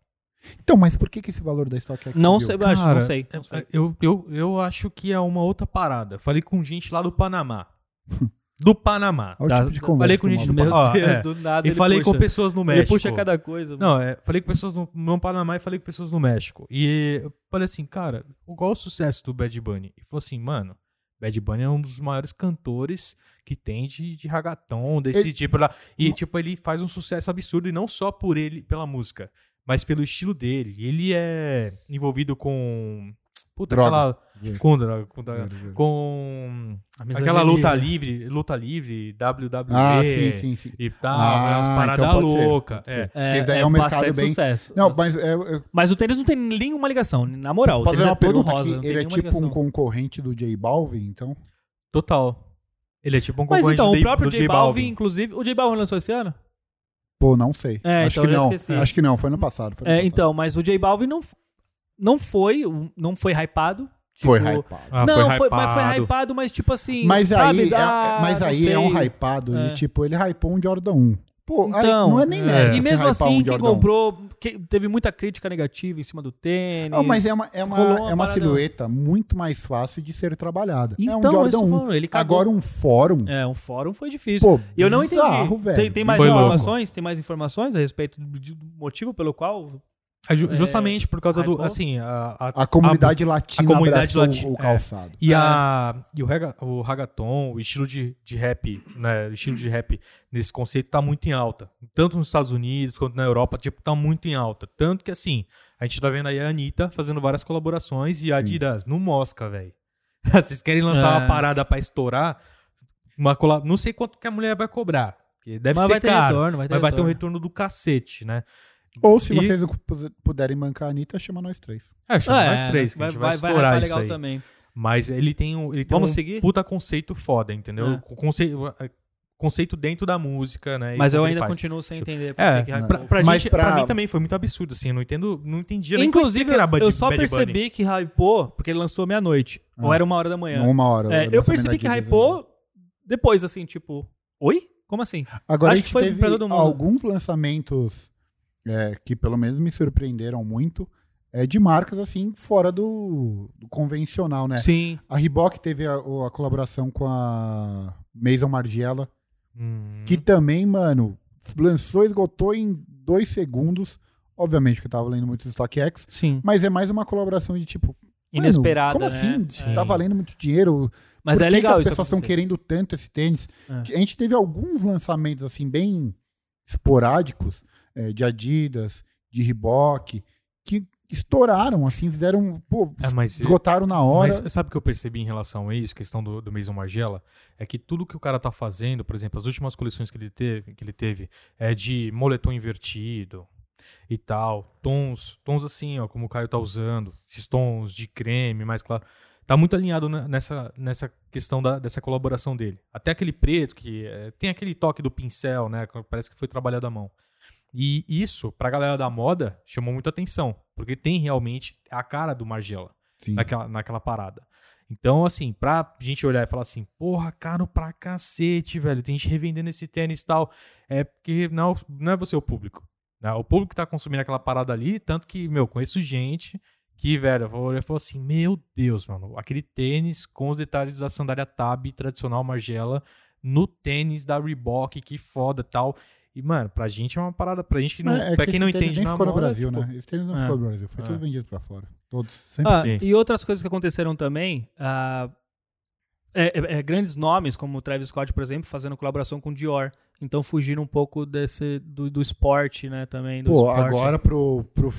[SPEAKER 3] Então, mas por que, que esse valor da StockX
[SPEAKER 1] Não
[SPEAKER 3] subiu?
[SPEAKER 1] sei, eu acho, não
[SPEAKER 2] Cara,
[SPEAKER 1] sei. Não sei.
[SPEAKER 2] É, Eu, eu, eu acho que é uma outra parada. Falei com gente lá do Panamá. Do Panamá.
[SPEAKER 3] Olha o
[SPEAKER 1] Tá,
[SPEAKER 3] tipo de conversa
[SPEAKER 2] falei
[SPEAKER 3] que
[SPEAKER 2] com
[SPEAKER 3] o
[SPEAKER 2] gente
[SPEAKER 3] maluco-
[SPEAKER 1] Meu
[SPEAKER 2] Ó,
[SPEAKER 1] Deus,
[SPEAKER 2] é.
[SPEAKER 1] do nada.
[SPEAKER 2] E
[SPEAKER 1] ele
[SPEAKER 2] falei com
[SPEAKER 1] puxa.
[SPEAKER 2] pessoas no
[SPEAKER 1] Ele
[SPEAKER 2] México.
[SPEAKER 1] puxa cada coisa.
[SPEAKER 2] Não, é, falei com pessoas no, no Panamá e falei com pessoas no México. E eu falei assim, cara, qual o sucesso do Bad Bunny? E falou assim, mano, Bad Bunny é um dos maiores cantores que tem de, de ragatón, desse
[SPEAKER 3] Ele-
[SPEAKER 2] tipo lá. E, tipo, ele faz um sucesso absurdo e não só por ele, pela música, mas pelo estilo dele. Ele é envolvido com. Puta,
[SPEAKER 3] Droga.
[SPEAKER 2] aquela. Com droga. Com,
[SPEAKER 3] tá
[SPEAKER 2] droga, com
[SPEAKER 1] A
[SPEAKER 2] aquela
[SPEAKER 1] misoginia.
[SPEAKER 2] luta livre, luta livre, WWE
[SPEAKER 3] Ah, sim, sim, sim.
[SPEAKER 2] e tal,
[SPEAKER 3] Ah,
[SPEAKER 2] é umas
[SPEAKER 3] então
[SPEAKER 2] paradas
[SPEAKER 3] pode ser,
[SPEAKER 2] loucas.
[SPEAKER 3] pode ser.
[SPEAKER 2] é.
[SPEAKER 1] É,
[SPEAKER 3] Porque daí é um
[SPEAKER 1] bastante
[SPEAKER 3] mercado bem-
[SPEAKER 1] sucesso.
[SPEAKER 3] Não, mas é, eu
[SPEAKER 1] Mas o tênis não tem nenhuma ligação, na moral. O
[SPEAKER 3] posso
[SPEAKER 1] tênis
[SPEAKER 3] fazer
[SPEAKER 1] é
[SPEAKER 3] uma
[SPEAKER 1] todo
[SPEAKER 3] pergunta
[SPEAKER 1] rosa, não
[SPEAKER 3] aqui.
[SPEAKER 1] tem
[SPEAKER 3] Ele é
[SPEAKER 1] nenhuma
[SPEAKER 3] tipo
[SPEAKER 1] ligação.
[SPEAKER 3] um concorrente do J Balvin, então?
[SPEAKER 2] Total. Ele é tipo um
[SPEAKER 1] Mas
[SPEAKER 2] concorrente
[SPEAKER 1] então,
[SPEAKER 2] do
[SPEAKER 1] o próprio
[SPEAKER 2] do
[SPEAKER 1] J Balvin, inclusive... O J Balvin lançou esse ano?
[SPEAKER 3] Pô, não sei.
[SPEAKER 1] É,
[SPEAKER 3] Acho
[SPEAKER 1] então
[SPEAKER 3] que
[SPEAKER 1] eu já
[SPEAKER 3] não.
[SPEAKER 1] esqueci.
[SPEAKER 3] Acho que não, foi ano passado. Foi ano
[SPEAKER 1] É,
[SPEAKER 3] passado.
[SPEAKER 1] então, mas o J Balvin não, f- não foi, um- não foi hypado. tipo-
[SPEAKER 3] Foi hypado.
[SPEAKER 2] Ah,
[SPEAKER 1] não, foi,
[SPEAKER 2] foi
[SPEAKER 1] mas foi
[SPEAKER 2] hypado.
[SPEAKER 1] hypado, mas tipo assim,
[SPEAKER 3] Mas
[SPEAKER 1] sabe?
[SPEAKER 3] aí, é,
[SPEAKER 1] Ah,
[SPEAKER 3] mas
[SPEAKER 1] não
[SPEAKER 3] aí é um
[SPEAKER 1] sei.
[SPEAKER 3] hypado.
[SPEAKER 1] É.
[SPEAKER 3] E, tipo, ele hypou um Jordan 1. Pô, aí
[SPEAKER 1] Então,
[SPEAKER 3] não é nem
[SPEAKER 2] é.
[SPEAKER 3] mérito
[SPEAKER 2] Pra
[SPEAKER 1] e
[SPEAKER 3] você
[SPEAKER 1] mesmo
[SPEAKER 3] hypar
[SPEAKER 1] assim,
[SPEAKER 3] um
[SPEAKER 1] quem
[SPEAKER 3] Jordão.
[SPEAKER 1] comprou que- teve muita crítica negativa em cima do tênis.
[SPEAKER 3] Ah, mas é uma, é uma,
[SPEAKER 1] Rolou uma
[SPEAKER 3] é uma
[SPEAKER 1] parada-
[SPEAKER 3] silhueta muito mais fácil de ser trabalhada.
[SPEAKER 1] Então,
[SPEAKER 3] é
[SPEAKER 1] isso
[SPEAKER 3] um
[SPEAKER 1] que eu
[SPEAKER 3] Jordan
[SPEAKER 1] tô
[SPEAKER 3] 1.
[SPEAKER 1] falando, ele cagou.
[SPEAKER 3] Agora um fórum.
[SPEAKER 1] É, um fórum foi difícil.
[SPEAKER 3] Pô,
[SPEAKER 1] E eu não entendi.
[SPEAKER 3] bizarro, velho.
[SPEAKER 1] Tem, tem mais
[SPEAKER 2] Foi louco.
[SPEAKER 1] informações? Tem mais informações a respeito do, de- do motivo pelo qual?
[SPEAKER 2] É ju- Justamente por causa do.
[SPEAKER 1] hypou?
[SPEAKER 2] Assim, a, a-
[SPEAKER 3] A comunidade
[SPEAKER 2] a
[SPEAKER 3] latina
[SPEAKER 2] comunidade é.
[SPEAKER 3] abraçou
[SPEAKER 2] latina,
[SPEAKER 3] o
[SPEAKER 2] é.
[SPEAKER 3] calçado.
[SPEAKER 2] E, a, e o, rega, o reggaeton, o estilo de, de rap, né? O estilo de rap nesse conceito tá muito em alta. Tanto nos Estados Unidos quanto na Europa, tipo, tá muito em alta. Tanto que, assim, a gente tá vendo aí a Anitta fazendo várias colaborações e a Adidas no Mosca, velho. Vocês querem lançar
[SPEAKER 1] É.
[SPEAKER 2] uma parada pra estourar? Uma cola... Não sei quanto que a mulher vai cobrar. porque Deve
[SPEAKER 1] mas
[SPEAKER 2] ser
[SPEAKER 1] vai ter
[SPEAKER 2] caro.
[SPEAKER 1] retorno, vai ter
[SPEAKER 2] mas vai ter um
[SPEAKER 1] retorno.
[SPEAKER 2] retorno do cacete, né?
[SPEAKER 3] Ou se
[SPEAKER 2] E-
[SPEAKER 3] vocês não pus- puderem bancar a Anitta, chama nós três.
[SPEAKER 2] É, chama
[SPEAKER 1] É,
[SPEAKER 2] nós três, que a
[SPEAKER 1] vai,
[SPEAKER 2] gente
[SPEAKER 1] vai,
[SPEAKER 2] vai,
[SPEAKER 1] vai
[SPEAKER 2] estourar
[SPEAKER 1] hypar
[SPEAKER 2] isso
[SPEAKER 1] legal
[SPEAKER 2] aí.
[SPEAKER 1] também.
[SPEAKER 2] Mas ele tem um, ele tem
[SPEAKER 1] Vamos
[SPEAKER 2] um
[SPEAKER 1] seguir?
[SPEAKER 2] puta conceito foda, entendeu?
[SPEAKER 1] É.
[SPEAKER 2] O conceito, a- conceito dentro da música, né? e
[SPEAKER 1] Mas eu
[SPEAKER 2] como ele
[SPEAKER 1] ainda
[SPEAKER 2] faz.
[SPEAKER 1] continuo sem
[SPEAKER 2] Tipo,
[SPEAKER 1] entender.
[SPEAKER 2] É,
[SPEAKER 1] porque que
[SPEAKER 2] pra, pra
[SPEAKER 3] Mas
[SPEAKER 2] gente, pra...
[SPEAKER 3] pra-
[SPEAKER 2] mim também foi muito absurdo, assim. Eu não entendo, não entendi. eu nem conhecia
[SPEAKER 1] Inclusive,
[SPEAKER 2] que era Bad-
[SPEAKER 1] eu só
[SPEAKER 2] Bad Bunny.
[SPEAKER 1] percebi que hypou porque ele lançou meia-noite. Ou
[SPEAKER 3] Ah.
[SPEAKER 1] era uma hora da manhã.
[SPEAKER 3] Uma hora.
[SPEAKER 1] É,
[SPEAKER 3] o
[SPEAKER 1] eu
[SPEAKER 3] lançamento
[SPEAKER 1] percebi
[SPEAKER 3] da
[SPEAKER 1] que
[SPEAKER 3] Adidas, né?
[SPEAKER 1] hypou depois, assim, tipo, oi? Como assim?
[SPEAKER 3] Agora
[SPEAKER 1] Acho
[SPEAKER 3] a
[SPEAKER 1] que
[SPEAKER 3] gente
[SPEAKER 1] foi
[SPEAKER 3] teve
[SPEAKER 1] pra todo mundo.
[SPEAKER 3] alguns lançamentos é, que pelo menos me surpreenderam muito. É, de marcas assim, fora do, do convencional, né?
[SPEAKER 1] Sim.
[SPEAKER 3] A Reebok teve a, o- a colaboração com a Maison Margiela,
[SPEAKER 2] Hum.
[SPEAKER 1] Uhum.
[SPEAKER 3] que também, mano, lançou, esgotou em dois segundos. Obviamente que eu tava lendo muitos StockX,
[SPEAKER 1] Sim.
[SPEAKER 3] mas é mais uma colaboração de tipo. mano,
[SPEAKER 1] Inesperada,
[SPEAKER 3] Como
[SPEAKER 1] né?
[SPEAKER 3] assim?
[SPEAKER 2] Sim.
[SPEAKER 3] Tá valendo muito dinheiro.
[SPEAKER 1] Mas
[SPEAKER 3] Por
[SPEAKER 1] é
[SPEAKER 3] que
[SPEAKER 1] legal
[SPEAKER 3] que as
[SPEAKER 1] isso.
[SPEAKER 3] pessoas estão
[SPEAKER 1] acontecer.
[SPEAKER 3] querendo tanto esse tênis.
[SPEAKER 1] É.
[SPEAKER 3] A gente teve alguns lançamentos assim bem esporádicos eh, de Adidas, de Reebok, que estouraram assim, fizeram, pô,
[SPEAKER 2] É, mas-
[SPEAKER 3] esgotaram na hora.
[SPEAKER 2] Mas sabe o que eu percebi em relação a isso, questão do, do Mason Margiela? É que tudo que o cara tá fazendo, por exemplo, as últimas coleções que ele teve, que ele teve é de moletom invertido e tal, tons, tons assim, ó, como o Caio tá usando, esses tons de creme mais claro. Tá muito alinhado ne- nessa, nessa questão da, dessa colaboração dele. Até aquele preto que é, tem aquele toque do pincel, né? que Parece que foi trabalhado à mão. E isso, pra galera da moda, chamou muita atenção. Porque tem realmente a cara do Margiela
[SPEAKER 3] Sim.
[SPEAKER 2] naquela, naquela parada. Então, assim, pra gente olhar e falar assim, porra, caro pra cacete, velho, tem gente revendendo esse tênis e tal, é porque não, não é você o público. né? O público que tá consumindo aquela parada ali, tanto que, meu, conheço gente que, velho, olhou e falou assim, meu Deus, mano, aquele tênis com os detalhes da sandália Tab tradicional Margiela no tênis da Reebok, que foda tal. E, mano, pra gente é uma parada, pra gente que não,
[SPEAKER 3] É, é
[SPEAKER 2] pra
[SPEAKER 3] que
[SPEAKER 2] quem não
[SPEAKER 3] esse tênis
[SPEAKER 2] entende
[SPEAKER 3] nem
[SPEAKER 2] na
[SPEAKER 3] ficou no
[SPEAKER 2] moda,
[SPEAKER 3] Brasil,
[SPEAKER 2] tipo,
[SPEAKER 3] né? Esse tênis não
[SPEAKER 1] É.
[SPEAKER 3] ficou no Brasil, foi
[SPEAKER 2] É.
[SPEAKER 3] tudo vendido pra fora. Todos, sempre.
[SPEAKER 1] Ah,
[SPEAKER 2] Sim.
[SPEAKER 1] e outras coisas que aconteceram também, ah, é- é- é grandes nomes, como o Travis Scott, por exemplo, fazendo colaboração com Dior. Então fugiram um pouco desse, do, do esporte, né, também. Do
[SPEAKER 3] Pô,
[SPEAKER 1] esporte.
[SPEAKER 3] agora pro, pro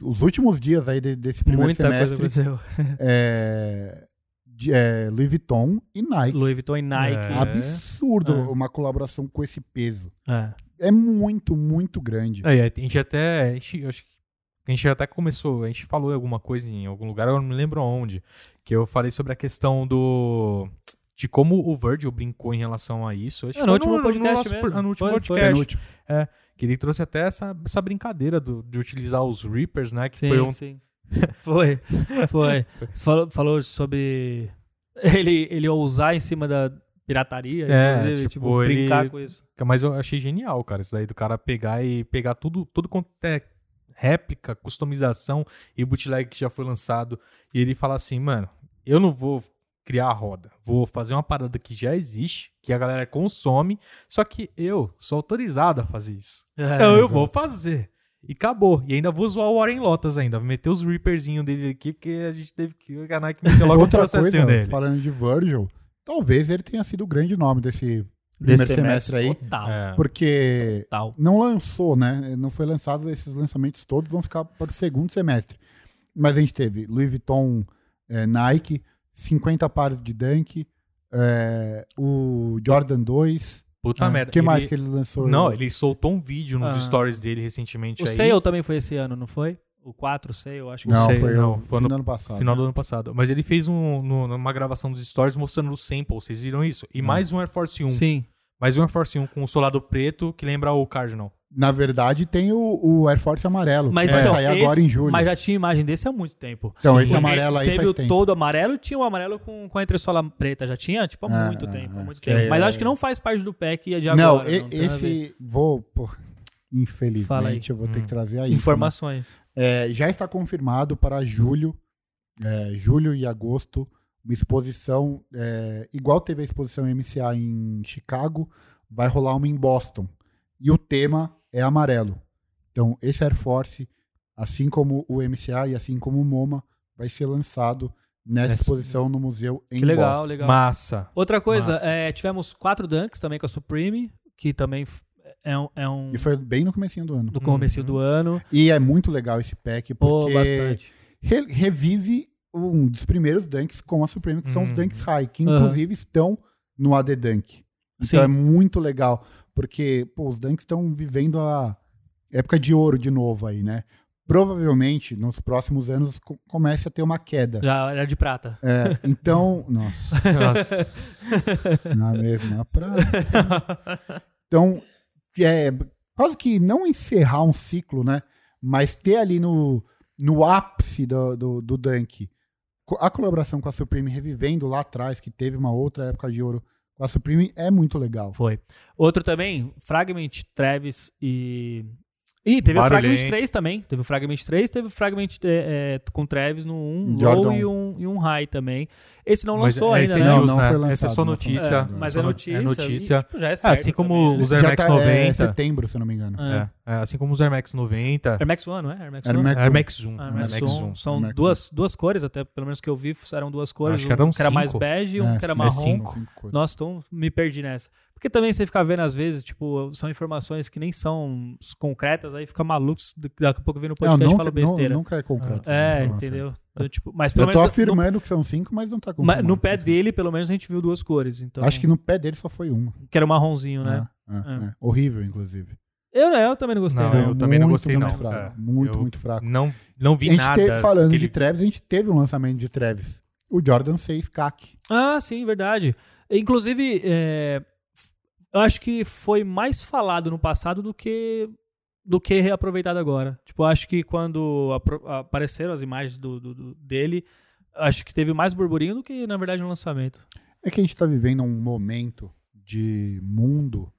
[SPEAKER 3] os últimos dias aí de- desse primeiro
[SPEAKER 1] Muita coisa
[SPEAKER 3] semestre,
[SPEAKER 1] aconteceu.
[SPEAKER 3] é, de- é, Louis Vuitton e Nike.
[SPEAKER 1] Louis Vuitton e Nike. né?
[SPEAKER 2] É.
[SPEAKER 3] Absurdo
[SPEAKER 1] É.
[SPEAKER 3] uma colaboração com esse peso.
[SPEAKER 1] É.
[SPEAKER 3] É muito, muito grande.
[SPEAKER 2] É, e a gente até. A gente, eu acho que a gente até começou, a gente falou alguma coisa em algum lugar, eu não me lembro onde. Que eu falei sobre a questão do. De como o Virgil brincou em relação a isso. Acho
[SPEAKER 1] É,
[SPEAKER 2] que
[SPEAKER 1] no
[SPEAKER 2] foi
[SPEAKER 1] último podcast
[SPEAKER 2] nosso-
[SPEAKER 1] mesmo.
[SPEAKER 2] ah, no último
[SPEAKER 1] Foi, foi.
[SPEAKER 2] podcast. É,
[SPEAKER 3] Penúltimo.
[SPEAKER 2] Que ele trouxe até essa, essa brincadeira do- de utilizar os Reapers, né? Que
[SPEAKER 1] Sim,
[SPEAKER 2] foi um.
[SPEAKER 1] sim. Foi, foi. Você falou, falou sobre ele, ele ousar em cima da pirataria,
[SPEAKER 2] É,
[SPEAKER 1] inclusive,
[SPEAKER 2] tipo,
[SPEAKER 1] tipo,
[SPEAKER 2] ele-
[SPEAKER 1] brincar com isso.
[SPEAKER 2] Mas eu achei genial, cara. Isso daí do cara pegar e pegar tudo, tudo quanto é réplica, customização e bootleg que já foi lançado. E ele fala assim, mano, eu não vou criar a roda. Vou fazer uma parada que já existe, que a galera consome, só que eu sou autorizado a fazer isso.
[SPEAKER 1] É.
[SPEAKER 3] É,
[SPEAKER 2] Então eu vou fazer. E acabou. E ainda vou zoar o Warren Lotas ainda. Vou meter os Reaperzinhos dele aqui, porque a gente teve que... A Nike meteu logo um
[SPEAKER 3] Outra
[SPEAKER 2] processinho
[SPEAKER 3] coisa,
[SPEAKER 2] dele.
[SPEAKER 3] falando de Virgil, talvez ele tenha sido o grande nome desse primeiro
[SPEAKER 1] Desse
[SPEAKER 3] semestre, aí,
[SPEAKER 1] Total,
[SPEAKER 3] Ah,
[SPEAKER 2] É.
[SPEAKER 3] porque
[SPEAKER 1] total.
[SPEAKER 3] não lançou, né? Não foi lançado, esses lançamentos todos vão ficar para o segundo semestre. Mas a gente teve Louis Vuitton, eh, Nike, 50 pares de Dunk, eh, o Jordan 2.
[SPEAKER 2] Puta Tá, merda.
[SPEAKER 3] O que mais
[SPEAKER 2] Ele-
[SPEAKER 3] que ele lançou?
[SPEAKER 2] Não, ele soltou um vídeo nos
[SPEAKER 1] Ah.
[SPEAKER 2] stories dele recentemente
[SPEAKER 1] O
[SPEAKER 2] aí.
[SPEAKER 1] Sale também foi esse ano, não foi? O 4, o Sale, eu acho que
[SPEAKER 3] Não,
[SPEAKER 2] sei,
[SPEAKER 3] foi
[SPEAKER 2] não,
[SPEAKER 3] o
[SPEAKER 2] foi
[SPEAKER 3] fim
[SPEAKER 2] no-
[SPEAKER 3] do ano passado.
[SPEAKER 2] Final do ano passado. Mas ele fez um, no- uma gravação dos stories mostrando o sample, vocês viram isso? E mais um Air Force 1.
[SPEAKER 1] Sim.
[SPEAKER 2] Mais um Air Force 1 com o solado preto que lembra o Cardinal.
[SPEAKER 3] Na verdade, tem o, o Air Force amarelo,
[SPEAKER 1] Mas
[SPEAKER 3] que É. vai
[SPEAKER 1] então,
[SPEAKER 3] sair
[SPEAKER 1] esse-
[SPEAKER 3] agora em julho.
[SPEAKER 1] Mas já tinha imagem desse há muito tempo.
[SPEAKER 3] Então, esse
[SPEAKER 1] Porque
[SPEAKER 3] amarelo aí
[SPEAKER 1] Teve
[SPEAKER 3] faz
[SPEAKER 1] o
[SPEAKER 3] tempo.
[SPEAKER 1] todo amarelo e tinha o amarelo com, com a entressola preta. Já tinha, tipo, há
[SPEAKER 3] Ah,
[SPEAKER 1] muito
[SPEAKER 3] ah,
[SPEAKER 1] tempo. há
[SPEAKER 3] ah,
[SPEAKER 1] muito
[SPEAKER 3] que
[SPEAKER 1] tempo.
[SPEAKER 3] é-
[SPEAKER 1] Mas acho que não faz parte do pack de agora.
[SPEAKER 3] não,
[SPEAKER 1] tem
[SPEAKER 3] e-
[SPEAKER 1] a ver.
[SPEAKER 3] esse. Vou. pô,
[SPEAKER 1] Fala aí.
[SPEAKER 3] infelizmente, eu vou ter
[SPEAKER 2] Hum.
[SPEAKER 3] que trazer aí.
[SPEAKER 1] Informações.
[SPEAKER 3] É, já está confirmado para julho, é, julho e agosto, uma exposição, é, igual teve a exposição MCA em Chicago, vai rolar uma em Boston. E o tema é amarelo. Então, esse Air Force, assim como o MCA e assim como o MoMA, vai ser lançado nessa
[SPEAKER 2] Nessa-
[SPEAKER 3] exposição no museu em
[SPEAKER 1] Que legal,
[SPEAKER 3] Boston.
[SPEAKER 1] legal.
[SPEAKER 2] Massa.
[SPEAKER 1] Outra coisa,
[SPEAKER 2] Massa.
[SPEAKER 1] é, tivemos quatro dunks também com a Supreme, que também f- é um, é um-
[SPEAKER 3] E foi bem no comecinho do ano.
[SPEAKER 1] do
[SPEAKER 2] Uhum.
[SPEAKER 1] começo do ano.
[SPEAKER 3] E é muito legal esse pack,
[SPEAKER 1] Pô,
[SPEAKER 3] porque
[SPEAKER 1] bastante.
[SPEAKER 3] re- revive um dos primeiros dunks com a Supreme, que são os
[SPEAKER 2] Uhum.
[SPEAKER 3] dunks high, que
[SPEAKER 1] Aham.
[SPEAKER 3] inclusive estão no AD Dunk. Então
[SPEAKER 1] Sim.
[SPEAKER 3] é muito legal, porque pô, os dunks estão vivendo a época de ouro de novo aí, né? Provavelmente nos próximos anos co- comece a ter uma queda.
[SPEAKER 1] Já era de prata.
[SPEAKER 3] É, então, nossa,
[SPEAKER 2] Nossa.
[SPEAKER 3] na mesma praia. Então, é quase que não encerrar um ciclo, né? Mas ter ali no, no ápice do, do, do Dunk co- a colaboração com a Supreme revivendo lá atrás, que teve uma outra época de ouro com a Supreme, é muito legal.
[SPEAKER 1] Foi. Outro também, Fragment, Travis e. Ih, teve o
[SPEAKER 2] Barulhento.
[SPEAKER 1] Fragment 3 também. Teve o Fragment 3, teve o Fragment é, é, com Travis no 1
[SPEAKER 3] Jordan.
[SPEAKER 1] low e um, e um high também. Esse não
[SPEAKER 2] Mas
[SPEAKER 1] lançou
[SPEAKER 2] é,
[SPEAKER 1] ainda,
[SPEAKER 2] esse
[SPEAKER 1] né?
[SPEAKER 3] não,
[SPEAKER 2] news,
[SPEAKER 3] não
[SPEAKER 2] né?
[SPEAKER 3] foi lançado,
[SPEAKER 2] Essa é só
[SPEAKER 3] não foi
[SPEAKER 2] notícia.
[SPEAKER 3] lançado.
[SPEAKER 2] só
[SPEAKER 1] Mas é
[SPEAKER 2] no-
[SPEAKER 1] notícia.
[SPEAKER 2] É
[SPEAKER 1] E,
[SPEAKER 2] notícia.
[SPEAKER 1] tipo, já é certo
[SPEAKER 2] assim como
[SPEAKER 1] também, né?
[SPEAKER 2] os Air Max
[SPEAKER 3] É
[SPEAKER 2] 90.
[SPEAKER 3] setembro, se eu não me engano.
[SPEAKER 1] É.
[SPEAKER 2] É, é, assim como os Air Max 90.
[SPEAKER 1] Air Max One, não é? Air Max
[SPEAKER 3] Air
[SPEAKER 1] One.
[SPEAKER 3] Max
[SPEAKER 2] Air Max 1.
[SPEAKER 1] Ah,
[SPEAKER 3] Air
[SPEAKER 1] Max
[SPEAKER 3] Max
[SPEAKER 1] One.
[SPEAKER 3] One.
[SPEAKER 1] São
[SPEAKER 3] Air Max
[SPEAKER 1] duas, duas cores, até pelo menos que eu vi, eram duas cores.
[SPEAKER 2] Acho que eram
[SPEAKER 1] um que era mais
[SPEAKER 2] cinco.
[SPEAKER 1] bege e um
[SPEAKER 3] É,
[SPEAKER 1] que era
[SPEAKER 3] sim,
[SPEAKER 1] marrom.
[SPEAKER 3] são cinco cores.
[SPEAKER 1] Nossa, então me perdi nessa. Porque também você fica vendo às vezes, tipo, são informações que nem são concretas, aí fica maluco, daqui a pouco vem no
[SPEAKER 3] Não,
[SPEAKER 1] podcast e
[SPEAKER 3] nunca,
[SPEAKER 1] fala besteira.
[SPEAKER 3] nu- nunca é concreto.
[SPEAKER 1] é,
[SPEAKER 3] essa informação.
[SPEAKER 1] entendeu? Então, tipo, mas pelo
[SPEAKER 3] Eu tô
[SPEAKER 1] menos no,
[SPEAKER 3] afirmando que são cinco, mas não tá
[SPEAKER 1] mas
[SPEAKER 3] confirmado.
[SPEAKER 1] no pé dele, pelo menos a gente viu duas cores, então.
[SPEAKER 3] Acho que no pé dele só foi uma.
[SPEAKER 1] que era o marronzinho, né?
[SPEAKER 3] É, é, é. Horrível, inclusive.
[SPEAKER 1] Eu não, eu também não gostei.
[SPEAKER 2] Não,
[SPEAKER 1] não.
[SPEAKER 2] Ah, eu também não gostei,
[SPEAKER 3] muito
[SPEAKER 2] não.
[SPEAKER 3] fraco,
[SPEAKER 2] É,
[SPEAKER 3] muito,
[SPEAKER 2] eu
[SPEAKER 3] muito fraco.
[SPEAKER 2] Não, não vi
[SPEAKER 3] a gente
[SPEAKER 2] nada.
[SPEAKER 3] teve, falando
[SPEAKER 2] daquele-
[SPEAKER 3] de Travis, a gente teve um lançamento de Travis. O Jordan 6 CAC.
[SPEAKER 1] Ah, sim, verdade. Inclusive, é, f- eu acho que foi mais falado no passado do que do que reaproveitado agora. Tipo, eu acho que quando apro- apareceram as imagens do, do- do- dele, acho que teve mais burburinho do que, na verdade, no lançamento.
[SPEAKER 3] É que a gente tá vivendo um momento de mundo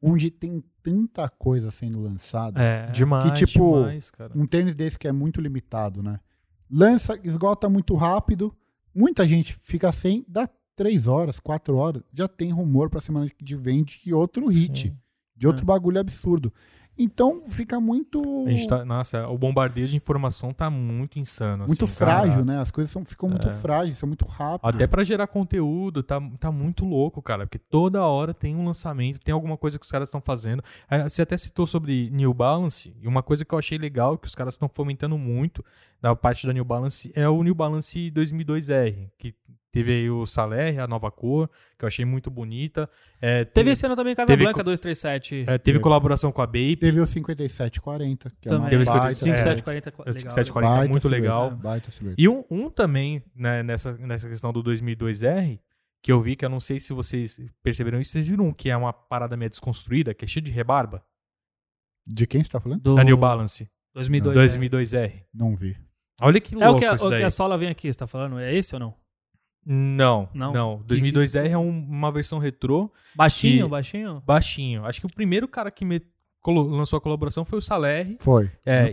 [SPEAKER 3] onde tem tanta coisa sendo lançada.
[SPEAKER 1] É.
[SPEAKER 2] Demais,
[SPEAKER 3] que, tipo,
[SPEAKER 2] demais, cara.
[SPEAKER 3] Um tênis desse que é muito limitado, né? Lança, esgota muito rápido. Muita gente fica sem, dá 3 horas, 4 horas, já tem rumor pra semana que vem de outro hit, de outro bagulho absurdo. Então fica muito.
[SPEAKER 2] É. A gente tá, nossa, o bombardeio de informação tá muito insano.
[SPEAKER 3] muito
[SPEAKER 2] assim, cara. É.
[SPEAKER 3] frágil, né? As coisas são, ficam muito frágeis, são muito rápidas.
[SPEAKER 2] Até pra gerar conteúdo, tá, tá muito louco, cara. Porque toda hora tem um lançamento, tem alguma coisa que os caras estão fazendo. Ah, Você até citou sobre New Balance, e uma coisa que eu achei legal, que os caras estão fomentando muito da parte da New Balance, é o New Balance 2002R, que teve aí o Saler, a nova cor, que eu achei muito bonita. É,
[SPEAKER 1] Teve esse ano também Casa
[SPEAKER 2] Teve
[SPEAKER 1] Blanca
[SPEAKER 2] co-
[SPEAKER 1] 237.
[SPEAKER 2] é, teve colaboração com a Bape,
[SPEAKER 3] Teve o 5740, que é uma
[SPEAKER 1] também.
[SPEAKER 2] Teve o
[SPEAKER 3] baita,
[SPEAKER 2] 55,
[SPEAKER 1] 5,
[SPEAKER 2] é,
[SPEAKER 1] 7, 40, legal,
[SPEAKER 2] 5,
[SPEAKER 1] legal.
[SPEAKER 2] 7, 40,
[SPEAKER 3] baita
[SPEAKER 2] é muito
[SPEAKER 3] silhueta,
[SPEAKER 2] legal.
[SPEAKER 3] Baita silhueta.
[SPEAKER 2] E um, um também, né, nessa, nessa questão do 2002R, que eu vi, que eu não sei se vocês perceberam isso, vocês viram um que é uma parada meio desconstruída, que é cheio de rebarba,
[SPEAKER 3] De quem você tá falando?
[SPEAKER 1] Do
[SPEAKER 2] da New Balance,
[SPEAKER 1] 2002.
[SPEAKER 2] 2002R.
[SPEAKER 3] Não vi.
[SPEAKER 2] Olha que
[SPEAKER 1] É, né? É o
[SPEAKER 2] louco
[SPEAKER 1] que, a,
[SPEAKER 2] isso
[SPEAKER 1] o que
[SPEAKER 2] daí.
[SPEAKER 1] a Sola vem aqui, você tá falando? É esse ou não?
[SPEAKER 2] Não,
[SPEAKER 1] Não.
[SPEAKER 2] não, 2002R é um- uma versão retrô,
[SPEAKER 1] Baixinho,
[SPEAKER 2] Que-
[SPEAKER 1] baixinho?
[SPEAKER 2] baixinho. Acho que o primeiro cara que me colo- lançou a colaboração foi o Saler,
[SPEAKER 3] Foi.
[SPEAKER 2] É,
[SPEAKER 3] ano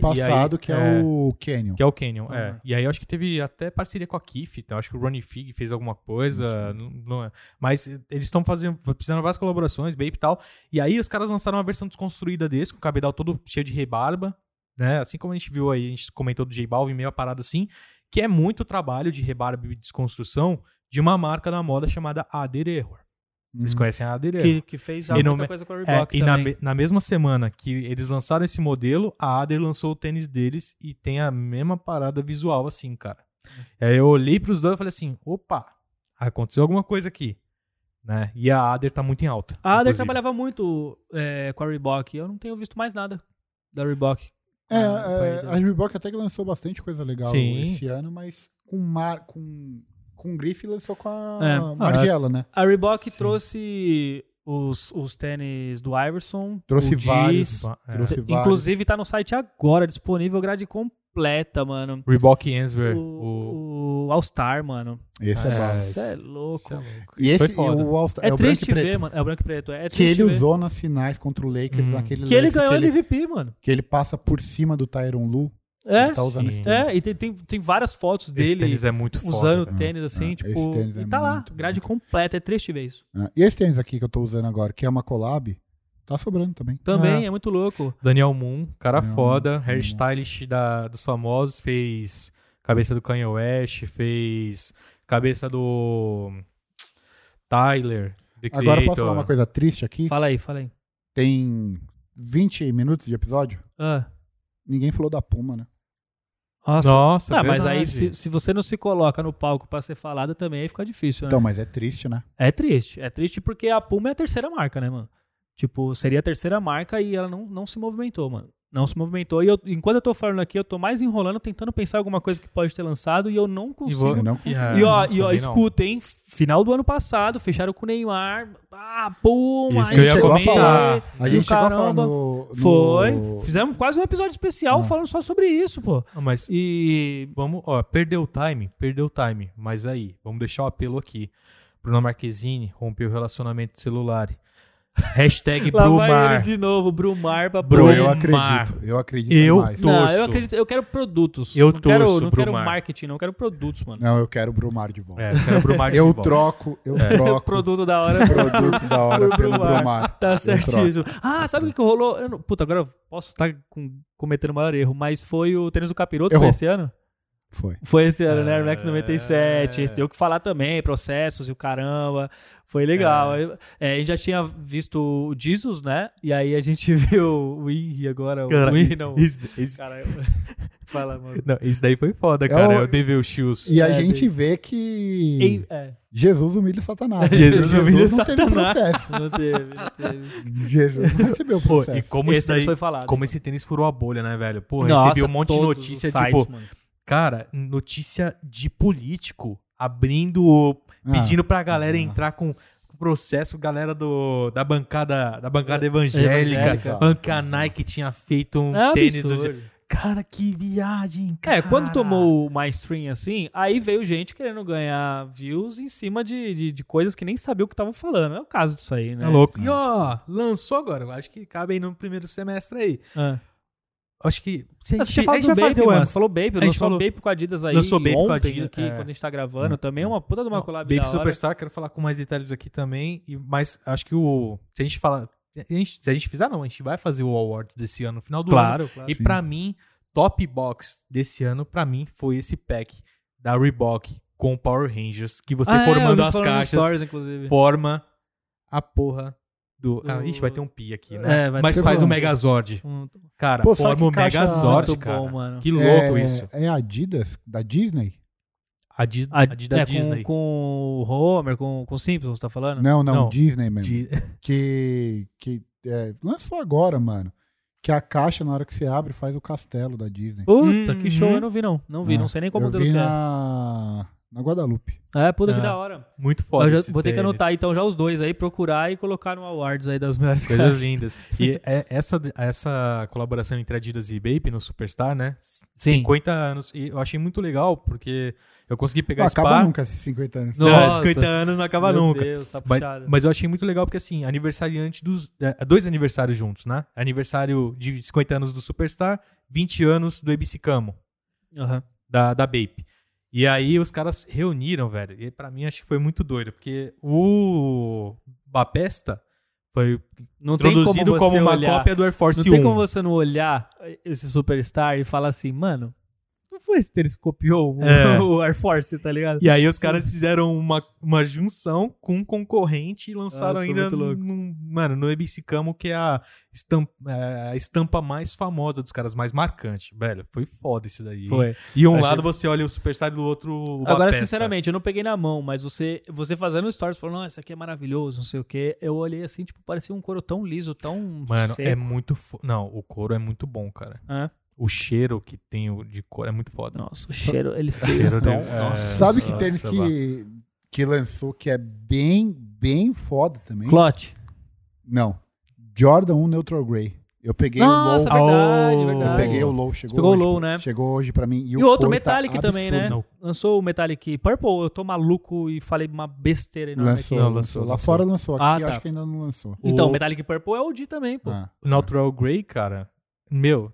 [SPEAKER 2] e
[SPEAKER 3] passado,
[SPEAKER 2] aí-
[SPEAKER 3] que é,
[SPEAKER 2] é.
[SPEAKER 3] o Canyon.
[SPEAKER 2] que é o Canyon.
[SPEAKER 1] Ah.
[SPEAKER 2] É. E aí eu acho que teve até parceria com a Kif, então acho que o Ronnie Fig fez alguma coisa. Não, não é. Mas eh, eles estão fazendo, precisando de várias colaborações, Bape e tal. E aí os caras lançaram uma versão desconstruída desse, com o cabedal todo cheio de rebarba, né? Assim como a gente viu aí, a gente comentou do J Balvin, meio a parada assim, que é muito trabalho de rebarba e desconstrução de uma marca da moda chamada Aderehor. Vocês
[SPEAKER 3] Hum.
[SPEAKER 2] conhecem a Aderehor?
[SPEAKER 1] Que, que fez já
[SPEAKER 2] E não
[SPEAKER 1] muita
[SPEAKER 2] me-
[SPEAKER 1] coisa com a
[SPEAKER 2] É,
[SPEAKER 1] Reebok
[SPEAKER 2] e na,
[SPEAKER 1] também.
[SPEAKER 2] me- na mesma semana que eles lançaram esse modelo, a Ader lançou o tênis deles e tem a mesma parada visual, assim, cara.
[SPEAKER 1] Uhum.
[SPEAKER 2] E aí eu olhei pros dois e falei assim: opa, aconteceu alguma coisa aqui. Né? E a Ader tá muito em alta.
[SPEAKER 1] A Ader
[SPEAKER 2] inclusive.
[SPEAKER 1] trabalhava muito é, com a Reebok. Eu não tenho visto mais nada da Reebok.
[SPEAKER 3] É,
[SPEAKER 1] Ah,
[SPEAKER 3] é,
[SPEAKER 1] foi-
[SPEAKER 3] a Reebok até que lançou bastante coisa legal
[SPEAKER 2] Sim.
[SPEAKER 3] esse ano, mas com, mar, com, com grife lançou com a
[SPEAKER 1] É.
[SPEAKER 3] Margiela, né?
[SPEAKER 1] A Reebok
[SPEAKER 2] Sim.
[SPEAKER 1] trouxe os, os tênis do Iverson.
[SPEAKER 3] Trouxe
[SPEAKER 1] o Di.
[SPEAKER 3] vários.
[SPEAKER 2] É.
[SPEAKER 3] Trouxe vários.
[SPEAKER 1] Inclusive, tá no site agora, disponível grade completa, mano.
[SPEAKER 2] Reebok Answer. É, O...
[SPEAKER 1] O, o All-Star, mano.
[SPEAKER 3] Esse é,
[SPEAKER 2] É,
[SPEAKER 3] básico.
[SPEAKER 1] Isso é louco.
[SPEAKER 2] Isso é
[SPEAKER 3] E
[SPEAKER 2] Isso
[SPEAKER 3] esse
[SPEAKER 2] foi foda.
[SPEAKER 3] o All-Star-
[SPEAKER 1] É,
[SPEAKER 3] o branco e
[SPEAKER 1] triste
[SPEAKER 3] preto,
[SPEAKER 1] ver, mano. É o branco e preto. É
[SPEAKER 3] Que
[SPEAKER 1] triste
[SPEAKER 3] ele
[SPEAKER 1] ver.
[SPEAKER 3] usou nas finais contra o Lakers
[SPEAKER 2] Hum.
[SPEAKER 3] naquele
[SPEAKER 1] Que ele
[SPEAKER 3] lance
[SPEAKER 1] ganhou
[SPEAKER 3] que,
[SPEAKER 1] o
[SPEAKER 3] ele,
[SPEAKER 1] MVP, mano.
[SPEAKER 3] que ele passa por cima do Tyron Lu.
[SPEAKER 1] É,
[SPEAKER 3] ele tá usando esse
[SPEAKER 2] sim.
[SPEAKER 3] tênis.
[SPEAKER 1] é e tem, tem, tem várias fotos
[SPEAKER 2] Esse
[SPEAKER 1] dele
[SPEAKER 2] tênis é muito foda.
[SPEAKER 1] usando
[SPEAKER 2] velho.
[SPEAKER 1] tênis assim,
[SPEAKER 3] Ah,
[SPEAKER 1] tipo.
[SPEAKER 3] esse tênis
[SPEAKER 1] e
[SPEAKER 3] é
[SPEAKER 1] tá lá,
[SPEAKER 3] muito
[SPEAKER 1] grade completa. É triste ver isso.
[SPEAKER 3] Ah, E esse tênis aqui que eu tô usando agora, que é uma collab, tá sobrando também.
[SPEAKER 1] Também
[SPEAKER 2] É.
[SPEAKER 1] é muito louco.
[SPEAKER 2] Daniel Moon, cara
[SPEAKER 3] Daniel
[SPEAKER 2] foda,
[SPEAKER 3] Moon, Daniel Moon.
[SPEAKER 2] hairstylist da, dos famosos, fez cabeça do Kanye West, fez cabeça do Tyler, The
[SPEAKER 3] Agora posso
[SPEAKER 2] Creator.
[SPEAKER 3] falar uma coisa triste aqui?
[SPEAKER 1] Fala aí, fala aí.
[SPEAKER 3] Tem 20 minutos de episódio.
[SPEAKER 1] Ah,
[SPEAKER 3] Ninguém falou da Puma, né?
[SPEAKER 1] nossa.
[SPEAKER 2] Nossa, é
[SPEAKER 1] Ah, mas aí
[SPEAKER 2] verdade.
[SPEAKER 1] se, se você não se coloca no palco pra ser falada também, aí fica difícil, né?
[SPEAKER 3] Então, mas é triste, né?
[SPEAKER 1] É triste. É triste porque a Puma é a terceira marca, né, mano? Tipo, seria a terceira marca e ela não, não se movimentou, mano. Não se movimentou. E eu, enquanto eu tô falando aqui, eu tô mais enrolando, tentando pensar alguma coisa que pode ter lançado e eu não
[SPEAKER 2] E
[SPEAKER 1] consigo.
[SPEAKER 2] vou-
[SPEAKER 3] Eu não-
[SPEAKER 2] É,
[SPEAKER 1] E ó, e ó
[SPEAKER 2] também não.
[SPEAKER 1] escuta, hein? Final do ano passado, fecharam com o Neymar. Ah, Puma.
[SPEAKER 2] Isso
[SPEAKER 1] aí
[SPEAKER 2] que eu ia
[SPEAKER 1] chegou
[SPEAKER 2] comentar.
[SPEAKER 1] falar,
[SPEAKER 3] A gente
[SPEAKER 1] e o
[SPEAKER 3] chegou a falar
[SPEAKER 1] caramba.
[SPEAKER 3] no, no-
[SPEAKER 1] Foi. Fizemos quase um episódio especial
[SPEAKER 3] Ah.
[SPEAKER 1] falando só sobre isso, pô.
[SPEAKER 2] Ah, Mas
[SPEAKER 1] E.
[SPEAKER 2] vamos, ó, perdeu o time, perdeu o time. Mas aí, vamos deixar o apelo aqui. Bruna Marquezine rompeu o relacionamento celular. Hashtag
[SPEAKER 1] Lá vai ele
[SPEAKER 2] Brumar.
[SPEAKER 1] de novo, Brumar pra
[SPEAKER 2] Bru-
[SPEAKER 1] Puma.
[SPEAKER 3] Pô, eu
[SPEAKER 2] Brumar.
[SPEAKER 3] acredito. Eu acredito
[SPEAKER 2] Eu
[SPEAKER 3] mais.
[SPEAKER 2] tô-
[SPEAKER 1] Não,
[SPEAKER 2] torço.
[SPEAKER 1] eu acredito, eu quero produtos.
[SPEAKER 2] Eu
[SPEAKER 1] não quero,
[SPEAKER 2] torço
[SPEAKER 1] não
[SPEAKER 2] pro
[SPEAKER 1] quero
[SPEAKER 2] mar.
[SPEAKER 1] marketing, não eu quero produtos, mano.
[SPEAKER 3] Não, eu quero o Brumar de volta.
[SPEAKER 2] É, quero Brumar de
[SPEAKER 3] Eu
[SPEAKER 2] volta. É.
[SPEAKER 3] troco, eu troco
[SPEAKER 1] Produto da hora.
[SPEAKER 3] o produto da hora
[SPEAKER 1] Pro
[SPEAKER 3] pelo
[SPEAKER 1] Brumar.
[SPEAKER 3] Brumar.
[SPEAKER 1] Tá
[SPEAKER 3] Eu
[SPEAKER 1] certíssimo. Ah, sabe o que, que rolou? Eu não- Puta, agora eu posso estar com- cometendo o maior erro, mas foi o tênis do capiroto
[SPEAKER 3] Errou.
[SPEAKER 1] foi esse ano?
[SPEAKER 3] Foi.
[SPEAKER 1] Foi esse ano, né? Air
[SPEAKER 2] É.
[SPEAKER 1] Max 97. Esse deu o que falar também, processos e o caramba. Foi legal. Aí, é, a gente já tinha visto o Jesus, né? E aí a gente viu o Henry agora.
[SPEAKER 2] Cara,
[SPEAKER 1] o Henry não.
[SPEAKER 2] isso- isso-
[SPEAKER 1] Cara, eu- fala, mano.
[SPEAKER 2] Não, isso daí foi foda, cara.
[SPEAKER 3] É o-
[SPEAKER 2] Eu dei ver os shoes.
[SPEAKER 3] E a
[SPEAKER 1] É,
[SPEAKER 3] gente
[SPEAKER 1] bem-
[SPEAKER 3] vê que
[SPEAKER 1] Ei, é,
[SPEAKER 3] Jesus humilha Satanás.
[SPEAKER 2] Jesus humilha
[SPEAKER 3] não teve
[SPEAKER 2] Satanás.
[SPEAKER 3] processo.
[SPEAKER 1] não teve, não teve.
[SPEAKER 3] Jesus não recebeu
[SPEAKER 2] Pô, e
[SPEAKER 3] processo.
[SPEAKER 2] como
[SPEAKER 1] esse
[SPEAKER 2] isso daí.
[SPEAKER 1] foi falado.
[SPEAKER 2] Como esse tênis furou a bolha, né, velho? Porra,
[SPEAKER 1] Nossa,
[SPEAKER 2] recebi um monte de
[SPEAKER 1] todos os
[SPEAKER 2] notícia,
[SPEAKER 1] sites,
[SPEAKER 2] tipo,
[SPEAKER 1] mano.
[SPEAKER 2] cara, notícia de político abrindo, pedindo pra galera
[SPEAKER 3] ah.
[SPEAKER 2] entrar com o processo, galera do, da bancada, da bancada evangélica,
[SPEAKER 1] evangélica.
[SPEAKER 3] Exato,
[SPEAKER 2] falando que a
[SPEAKER 3] exato.
[SPEAKER 2] Nike tinha feito um
[SPEAKER 1] É
[SPEAKER 2] tênis do
[SPEAKER 1] absurdo.
[SPEAKER 2] dia. Cara, que viagem, cara.
[SPEAKER 1] É, quando tomou o mainstream assim, aí veio gente querendo ganhar views em cima de, de, de coisas que nem sabia o que estavam falando. É o caso disso aí, né?
[SPEAKER 2] É louco. E ó, lançou agora. Eu acho que cabe aí no primeiro semestre aí.
[SPEAKER 1] Ah.
[SPEAKER 2] Acho que. Se
[SPEAKER 1] Você tinha
[SPEAKER 2] a gente, a
[SPEAKER 1] falado do
[SPEAKER 2] gente vai
[SPEAKER 1] Baby,
[SPEAKER 2] fazer o
[SPEAKER 1] mano.
[SPEAKER 2] ano.
[SPEAKER 1] Você falou Baby,
[SPEAKER 2] A gente
[SPEAKER 1] lançou
[SPEAKER 2] falou-
[SPEAKER 1] Baby com a Adidas aí
[SPEAKER 2] lançou Baby com a
[SPEAKER 1] ontem,
[SPEAKER 2] Adidas,
[SPEAKER 1] aqui,
[SPEAKER 2] é.
[SPEAKER 1] quando a gente tá gravando também. Uma puta de uma collab
[SPEAKER 2] Baby
[SPEAKER 1] da hora.
[SPEAKER 2] Superstar, quero falar com mais detalhes aqui também. E, mas acho que o. Se a gente falar. a gente- se a gente fizer, não, a gente vai fazer o Awards desse ano, no final do ano.
[SPEAKER 1] Claro, claro.
[SPEAKER 2] E pra mim, top box desse ano, pra mim, foi esse pack da Reebok com o Power Rangers, que você
[SPEAKER 1] Ah, é, eu vi
[SPEAKER 2] formando as
[SPEAKER 1] falando nos
[SPEAKER 2] caixas,
[SPEAKER 1] Stories, inclusive.
[SPEAKER 2] forma a porra do. Ah,
[SPEAKER 1] Do-
[SPEAKER 2] ixi, vai ter um pi aqui, né?
[SPEAKER 1] É, vai
[SPEAKER 2] mas
[SPEAKER 1] ter
[SPEAKER 2] faz o
[SPEAKER 3] um-
[SPEAKER 2] Megazord.
[SPEAKER 1] Hum,
[SPEAKER 2] Cara,
[SPEAKER 3] Pô, sabe
[SPEAKER 2] forma o
[SPEAKER 3] que caixa-
[SPEAKER 2] Megazord,
[SPEAKER 1] muito
[SPEAKER 2] cara.
[SPEAKER 1] bom, mano.
[SPEAKER 2] Que louco
[SPEAKER 3] é,
[SPEAKER 2] isso.
[SPEAKER 3] É a Adidas, da Disney?
[SPEAKER 2] A, Dis
[SPEAKER 1] A,
[SPEAKER 2] a Di-
[SPEAKER 1] é,
[SPEAKER 2] da
[SPEAKER 1] com-
[SPEAKER 2] Disney.
[SPEAKER 1] Com, o Homer, com, com o Simpsons, tá falando?
[SPEAKER 3] Não, não,
[SPEAKER 2] Não.
[SPEAKER 3] Disney mesmo.
[SPEAKER 2] Di-
[SPEAKER 3] Que, que é, lançou agora, mano. Que a caixa, na hora que você abre, faz o castelo da Disney.
[SPEAKER 1] Puta,
[SPEAKER 2] Uhum.
[SPEAKER 1] que show, eu não vi não. Não vi,
[SPEAKER 3] Ah,
[SPEAKER 1] não sei nem qual
[SPEAKER 3] Eu
[SPEAKER 1] modelo
[SPEAKER 3] vi
[SPEAKER 1] que
[SPEAKER 3] na, na Guadalupe.
[SPEAKER 1] é. É, puta que
[SPEAKER 2] Ah.
[SPEAKER 1] da hora.
[SPEAKER 2] Muito
[SPEAKER 1] Eu
[SPEAKER 2] foda.
[SPEAKER 1] já-
[SPEAKER 2] esse
[SPEAKER 1] vou ter que
[SPEAKER 2] tênis.
[SPEAKER 1] anotar então já os dois aí, procurar e colocar no awards aí das melhores caixas.
[SPEAKER 2] Coisas lindas. E é- essa, essa colaboração entre Adidas e Bape no Superstar, né?
[SPEAKER 1] Sim.
[SPEAKER 2] 50 anos. E eu achei muito legal, porque eu consegui pegar
[SPEAKER 3] Não
[SPEAKER 2] esse
[SPEAKER 3] acaba
[SPEAKER 2] par.
[SPEAKER 3] nunca esses 50 anos.
[SPEAKER 1] Não,
[SPEAKER 2] Não,
[SPEAKER 1] Nossa.
[SPEAKER 2] 50 anos não acaba
[SPEAKER 1] Meu
[SPEAKER 2] nunca.
[SPEAKER 1] Deus, tá
[SPEAKER 2] Mas,
[SPEAKER 1] puxado.
[SPEAKER 2] mas eu achei muito legal porque, assim, aniversariante dos. é, dois aniversários juntos, né? Aniversário de 50 anos do Superstar, 20 anos do ABC Camo,
[SPEAKER 1] Aham.
[SPEAKER 2] da, da Bape. E aí os caras reuniram, velho. E pra mim acho que foi muito doido, porque o Bapesta foi
[SPEAKER 1] Não tem como,
[SPEAKER 2] introduzido
[SPEAKER 1] você
[SPEAKER 2] como uma
[SPEAKER 1] olhar.
[SPEAKER 2] cópia do Air
[SPEAKER 1] Não
[SPEAKER 2] Force 1.
[SPEAKER 1] tem como você não olhar esse superstar e falar assim, mano, não foi esse tênis que copiou o-
[SPEAKER 2] É.
[SPEAKER 1] o Air Force, tá ligado?
[SPEAKER 2] E aí os caras fizeram uma, uma junção com um concorrente e lançaram
[SPEAKER 1] Nossa,
[SPEAKER 2] ainda
[SPEAKER 1] muito louco.
[SPEAKER 2] num- mano, no ABC Camo, que é a, estampa, é a estampa mais famosa dos caras, mais marcante. Velho, foi foda isso daí. hein?
[SPEAKER 1] Foi.
[SPEAKER 2] E um
[SPEAKER 1] Achei-
[SPEAKER 2] lado você olha o Superstar e do outro o
[SPEAKER 1] Agora,
[SPEAKER 2] Bapesta.
[SPEAKER 1] sinceramente, eu não peguei na mão, mas você, você fazendo stories, falando, não, isso aqui é maravilhoso, não sei o quê. Eu olhei assim, tipo, parecia um couro tão liso, tão
[SPEAKER 2] Mano,
[SPEAKER 1] seco.
[SPEAKER 2] é muito... Fo... Não, o couro é muito bom, cara.
[SPEAKER 1] Hã?
[SPEAKER 2] O cheiro que tem o- de couro é muito foda.
[SPEAKER 1] Nossa, o cheiro, ele fez
[SPEAKER 2] cheiro
[SPEAKER 1] tão...
[SPEAKER 2] dele, é.
[SPEAKER 1] Nossa.
[SPEAKER 3] Sabe que
[SPEAKER 2] Nossa,
[SPEAKER 3] tênis
[SPEAKER 2] vá.
[SPEAKER 3] que, que lançou que é bem, bem foda também?
[SPEAKER 1] Clote.
[SPEAKER 3] Não. Jordan 1 Neutral Grey. Eu peguei
[SPEAKER 1] Nossa,
[SPEAKER 3] o low. Ah,
[SPEAKER 1] verdade,
[SPEAKER 2] Oh,
[SPEAKER 1] verdade.
[SPEAKER 3] Eu peguei o low, chegou
[SPEAKER 1] pegou o
[SPEAKER 3] hoje,
[SPEAKER 1] low, né?
[SPEAKER 3] Chegou hoje pra mim. E,
[SPEAKER 1] E
[SPEAKER 3] o
[SPEAKER 1] outro,
[SPEAKER 3] couro
[SPEAKER 1] Metallic
[SPEAKER 3] tá
[SPEAKER 1] também, né?
[SPEAKER 3] absurdo.
[SPEAKER 2] Não.
[SPEAKER 1] Lançou o Metallic Purple, eu tô maluco e falei uma besteira enorme
[SPEAKER 3] Lançou,
[SPEAKER 1] aqui.
[SPEAKER 2] Não,
[SPEAKER 3] lançou,
[SPEAKER 2] lançou,
[SPEAKER 3] Lá
[SPEAKER 2] lançou.
[SPEAKER 3] fora lançou, aqui
[SPEAKER 1] Ah,
[SPEAKER 3] eu
[SPEAKER 1] tá.
[SPEAKER 3] acho que ainda não lançou.
[SPEAKER 1] Então,
[SPEAKER 2] O-
[SPEAKER 1] Metallic Purple é o D também, pô.
[SPEAKER 3] Ah,
[SPEAKER 2] O Natural Grey, cara, meu,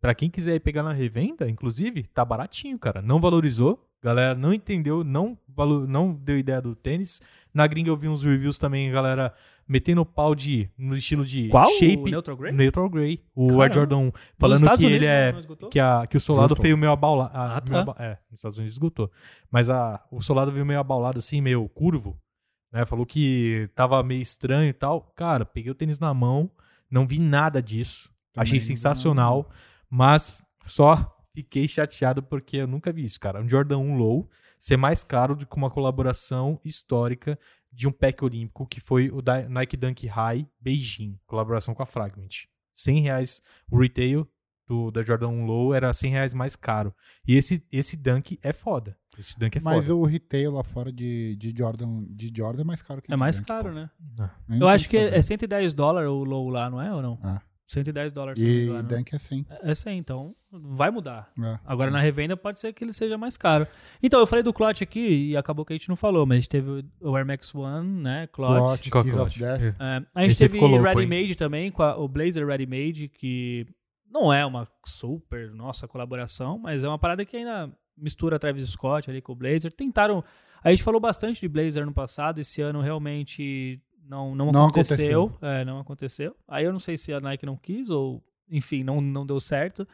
[SPEAKER 2] pra quem quiser ir pegar na revenda, inclusive, tá baratinho, cara. Não valorizou. Galera não entendeu, não, valo- não deu ideia do tênis. Na gringa eu vi uns reviews também, galera, metendo o pau de, no estilo de
[SPEAKER 1] Qual? O
[SPEAKER 2] shape.
[SPEAKER 1] Neutral Grey?
[SPEAKER 2] Neutral Grey. O
[SPEAKER 1] Caramba.
[SPEAKER 2] Air Jordan 1, falando
[SPEAKER 1] Estados
[SPEAKER 2] que
[SPEAKER 1] Unidos né?
[SPEAKER 2] ele é.
[SPEAKER 1] não esgotou?
[SPEAKER 2] Que, a, que o solado
[SPEAKER 3] Esgotou.
[SPEAKER 2] veio meio abaulado.
[SPEAKER 1] Ah, tá.
[SPEAKER 2] É, nos Estados Unidos esgotou. Mas a, o solado veio meio abaulado, assim, meio curvo. Né? Falou que tava meio estranho e tal. Cara, peguei o tênis na mão, não vi nada disso.
[SPEAKER 3] Também
[SPEAKER 2] Achei
[SPEAKER 3] não vi
[SPEAKER 2] sensacional, mas só fiquei chateado porque eu nunca vi isso, cara. Um Jordan 1 Low ser mais caro do que uma colaboração histórica de um pack olímpico que foi o da Nike Dunk High Beijing, colaboração com a Fragment. 100 reais o retail do, da Jordan 1 Low era 100 reais mais caro. E esse, esse Dunk é foda. Esse Dunk é
[SPEAKER 3] mas
[SPEAKER 2] foda.
[SPEAKER 3] o retail lá fora de, de, Jordan, de Jordan é mais caro que
[SPEAKER 1] É mais caro, né?
[SPEAKER 3] né?
[SPEAKER 1] Eu acho que é 110 dólares o low lá, não é ou não?
[SPEAKER 3] Ah.
[SPEAKER 1] 110 dólares. se não me
[SPEAKER 3] E
[SPEAKER 1] engano.
[SPEAKER 3] Dunk é 100.
[SPEAKER 1] É isso aí, então vai mudar.
[SPEAKER 3] né?
[SPEAKER 1] Agora na revenda pode ser que ele seja mais caro. Então, eu falei do Clot aqui e acabou que a gente não falou, mas a gente teve o Air Max One, né? Clot.
[SPEAKER 3] Clot,
[SPEAKER 2] Qual
[SPEAKER 3] Kiss
[SPEAKER 2] que eu
[SPEAKER 3] of
[SPEAKER 2] acho?
[SPEAKER 3] Death.
[SPEAKER 2] É.
[SPEAKER 1] É, a gente
[SPEAKER 2] Esse
[SPEAKER 1] teve
[SPEAKER 2] ficou louco,
[SPEAKER 1] Ready Made também, com a- o Blazer Ready Made, que não é uma super nossa colaboração, mas é uma parada que ainda mistura Travis Scott ali com o Blazer. Tentaram. A gente falou bastante de Blazer no passado, esse ano realmente não, não,
[SPEAKER 3] Não
[SPEAKER 1] aconteceu. É, não aconteceu. Aí eu não sei se a Nike não quis ou, enfim, não, não deu certo.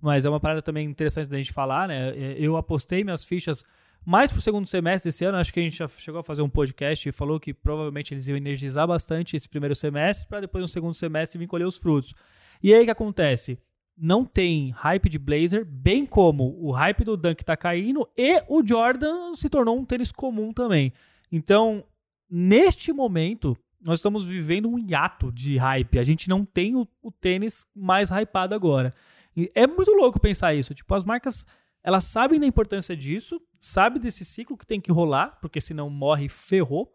[SPEAKER 1] Mas é uma parada também interessante da gente falar, né? É, Eu apostei minhas fichas mais pro segundo semestre desse ano. Acho que a gente já chegou a fazer um podcast e falou que provavelmente eles iam energizar bastante esse primeiro semestre para depois no segundo semestre vir colher os frutos. E aí o que acontece? Não tem hype de Blazer, bem como o hype do Dunk tá caindo e o Jordan se tornou um tênis comum também. Então, neste momento, nós estamos vivendo um hiato de hype. A gente não tem o, o tênis mais hypado agora. E é muito louco pensar isso. Tipo, as marcas, elas sabem da importância disso, sabem desse ciclo que tem que rolar, porque senão morre, ferrou.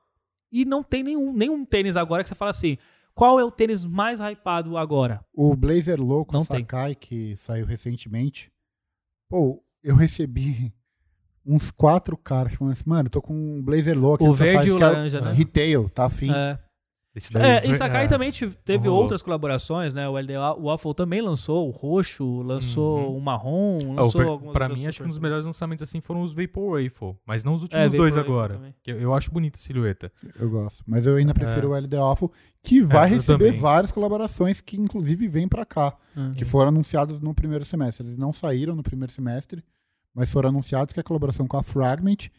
[SPEAKER 1] E não tem nenhum, nenhum tênis agora que você fala assim, qual é o tênis mais hypado agora?
[SPEAKER 3] O Blazer Louco
[SPEAKER 1] Não tem.
[SPEAKER 3] Sakai, que saiu recentemente. Pô, eu recebi uns quatro caras falando assim, mano, eu tô com um Blazer Louco.
[SPEAKER 1] O
[SPEAKER 3] aqui dessa
[SPEAKER 1] verde e o
[SPEAKER 3] que é
[SPEAKER 1] laranja, né?
[SPEAKER 3] Retail, tá afim.
[SPEAKER 1] É,
[SPEAKER 2] Esse
[SPEAKER 1] é, em Sakai
[SPEAKER 2] é.
[SPEAKER 1] também tive- teve
[SPEAKER 2] rolou.
[SPEAKER 1] outras colaborações, né? O LDA, o Waffle também lançou o roxo, lançou
[SPEAKER 2] Uhum.
[SPEAKER 1] o marrom,
[SPEAKER 2] Ah, o
[SPEAKER 1] lançou
[SPEAKER 2] ver-
[SPEAKER 1] algumas
[SPEAKER 2] pra
[SPEAKER 1] outras
[SPEAKER 2] mim, acho que um
[SPEAKER 1] super-
[SPEAKER 2] dos melhores lançamentos assim foram os Vaporwave, mas não os
[SPEAKER 1] É,
[SPEAKER 2] últimos dois
[SPEAKER 1] Vaporwave
[SPEAKER 2] agora.
[SPEAKER 1] também.
[SPEAKER 2] que Eu, eu acho bonita a silhueta.
[SPEAKER 3] Eu gosto. Mas eu
[SPEAKER 1] É.
[SPEAKER 3] ainda prefiro o LD Awful, que vai
[SPEAKER 2] eu
[SPEAKER 3] receber
[SPEAKER 2] também.
[SPEAKER 3] várias colaborações que inclusive vêm pra cá,
[SPEAKER 1] Uhum.
[SPEAKER 3] que foram anunciadas no primeiro semestre. Eles não saíram no primeiro semestre, mas foram anunciados que é colaboração com a Fragment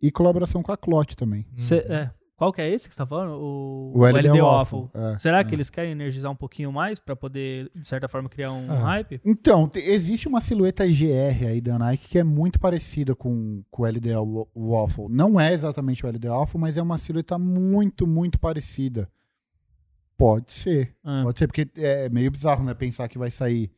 [SPEAKER 3] e colaboração com a Clot também.
[SPEAKER 2] Uhum.
[SPEAKER 1] Cê- é. Qual que é esse que você tá falando? O,
[SPEAKER 3] O LD,
[SPEAKER 1] LDO
[SPEAKER 3] Awful.
[SPEAKER 1] Awful.
[SPEAKER 3] é.
[SPEAKER 1] Será que eles querem energizar um pouquinho mais pra poder, de certa forma, criar um
[SPEAKER 2] Ah.
[SPEAKER 1] hype?
[SPEAKER 3] Então, te- existe uma silhueta GR aí da Nike que é muito parecida com, com o LDA Wa- Waffle. Não é exatamente o LDA Waffle, mas é uma silhueta muito, muito parecida. Pode ser.
[SPEAKER 1] Ah.
[SPEAKER 3] Pode ser, porque é meio bizarro, né? Pensar que vai sair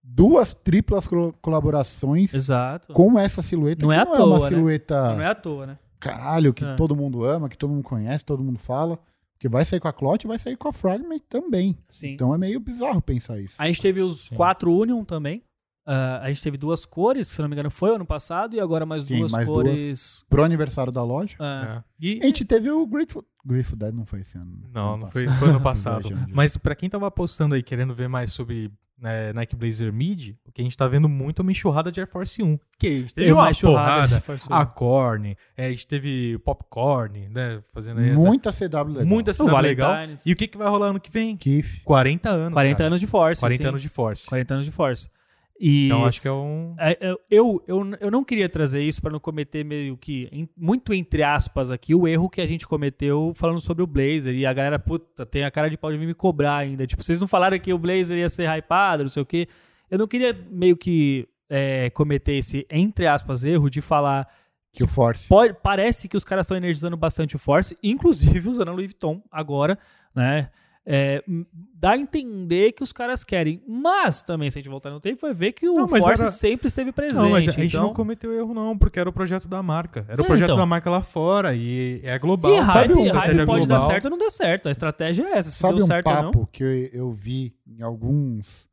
[SPEAKER 3] duas triplas col- colaborações
[SPEAKER 1] Exato.
[SPEAKER 3] com essa silhueta.
[SPEAKER 1] Não
[SPEAKER 3] que
[SPEAKER 1] é à
[SPEAKER 3] não é uma
[SPEAKER 1] toa, né?
[SPEAKER 3] silhueta
[SPEAKER 2] Ah.
[SPEAKER 1] Não é à toa, né?
[SPEAKER 3] caralho que
[SPEAKER 1] É.
[SPEAKER 3] todo mundo ama, que todo mundo conhece, todo mundo fala. Porque vai sair com a Clot e vai sair com a Fragment também.
[SPEAKER 1] Sim.
[SPEAKER 3] Então é meio bizarro pensar isso.
[SPEAKER 1] A gente teve os
[SPEAKER 2] Sim.
[SPEAKER 1] quatro Union também. Ah, a gente teve duas cores, se não me engano, foi ano passado, e agora mais
[SPEAKER 3] Sim,
[SPEAKER 1] duas
[SPEAKER 3] mais
[SPEAKER 1] cores.
[SPEAKER 3] Pro aniversário da loja.
[SPEAKER 1] ah,
[SPEAKER 2] É. E,
[SPEAKER 3] A gente teve o Grateful... Grateful Dead não foi esse ano. né?
[SPEAKER 2] Não, não
[SPEAKER 3] passa.
[SPEAKER 2] foi, foi ano passado.
[SPEAKER 3] Viajando, viajando.
[SPEAKER 2] Mas pra quem tava apostando aí, querendo ver mais sobre né, Nike Blazer Mid, o que a gente tá vendo muito é uma enxurrada de Air Force 1. Que a gente teve
[SPEAKER 1] eu
[SPEAKER 2] uma
[SPEAKER 1] mais assim, churrada,
[SPEAKER 2] porrada. Ah,
[SPEAKER 1] se for
[SPEAKER 2] A Corne, é, a gente teve Popcorn, né? Fazendo
[SPEAKER 1] é
[SPEAKER 2] aí essa,
[SPEAKER 3] Muita CW legal.
[SPEAKER 2] muita
[SPEAKER 1] O
[SPEAKER 2] cena legal.
[SPEAKER 1] Valentine's.
[SPEAKER 2] E o que, que vai rolar ano que vem?
[SPEAKER 3] Kiff.
[SPEAKER 2] 40 anos.
[SPEAKER 1] 40
[SPEAKER 2] cara.
[SPEAKER 1] anos de Force.
[SPEAKER 2] 40
[SPEAKER 1] sim.
[SPEAKER 2] anos de Force.
[SPEAKER 1] 40 anos de Force. E
[SPEAKER 2] Então acho que é um.
[SPEAKER 1] É, é, Eu, eu, eu não queria trazer isso para não cometer meio que, em- muito entre aspas aqui, o erro que a gente cometeu falando sobre o Blazer. E a galera, puta, tem a cara de pau de vir me cobrar ainda. Tipo, vocês não falaram que o Blazer ia ser hypado, não sei o quê. Eu não queria meio que é, cometer esse, entre aspas, erro de falar.
[SPEAKER 3] Que o Force.
[SPEAKER 1] Pode- parece que os caras estão energizando bastante o Force, inclusive usando o Louis Vuitton agora, né? É, m- dá a entender que os caras querem. Mas também, se a gente voltar no tempo, vai ver que o
[SPEAKER 2] Não, mas
[SPEAKER 1] Force
[SPEAKER 2] era-
[SPEAKER 1] sempre esteve presente.
[SPEAKER 2] Não, mas a gente
[SPEAKER 1] então...
[SPEAKER 2] não cometeu erro, não, porque era o projeto da marca. Era
[SPEAKER 1] É,
[SPEAKER 2] o projeto
[SPEAKER 1] então.
[SPEAKER 2] da marca lá fora e é global.
[SPEAKER 1] E
[SPEAKER 2] sabe
[SPEAKER 1] hype,
[SPEAKER 2] uma
[SPEAKER 1] hype
[SPEAKER 2] estratégia
[SPEAKER 1] pode dar
[SPEAKER 2] global?
[SPEAKER 1] certo ou não dá certo. A estratégia é essa. Se
[SPEAKER 3] Sabe
[SPEAKER 1] deu
[SPEAKER 3] um
[SPEAKER 1] certo ou não.
[SPEAKER 3] papo que eu, eu vi em alguns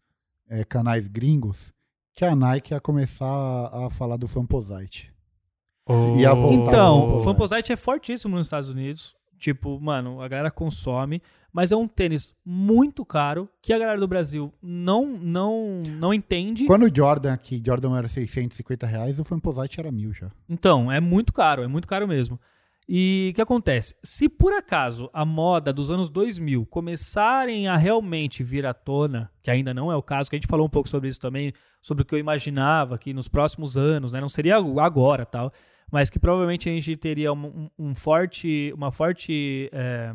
[SPEAKER 3] é, canais gringos que a Nike ia começar a, a falar do Famposite. E a vontade
[SPEAKER 1] Então, o
[SPEAKER 3] Fanposite.
[SPEAKER 1] Fanposite é fortíssimo nos Estados Unidos. Tipo, mano, a galera consome, mas é um tênis muito caro que a galera do Brasil não não não entende.
[SPEAKER 3] Quando o Jordan aqui, Jordan era 650 reais, o Famposite era mil já.
[SPEAKER 1] Então, é muito caro, é muito caro mesmo. E o que acontece? Se por acaso a moda dos anos 2000 começarem a realmente vir à tona, que ainda não é o caso, que a gente falou um pouco sobre isso também, sobre o que eu imaginava que nos próximos anos, né, não seria agora tal, mas que provavelmente a gente teria um, um- um forte, uma forte é,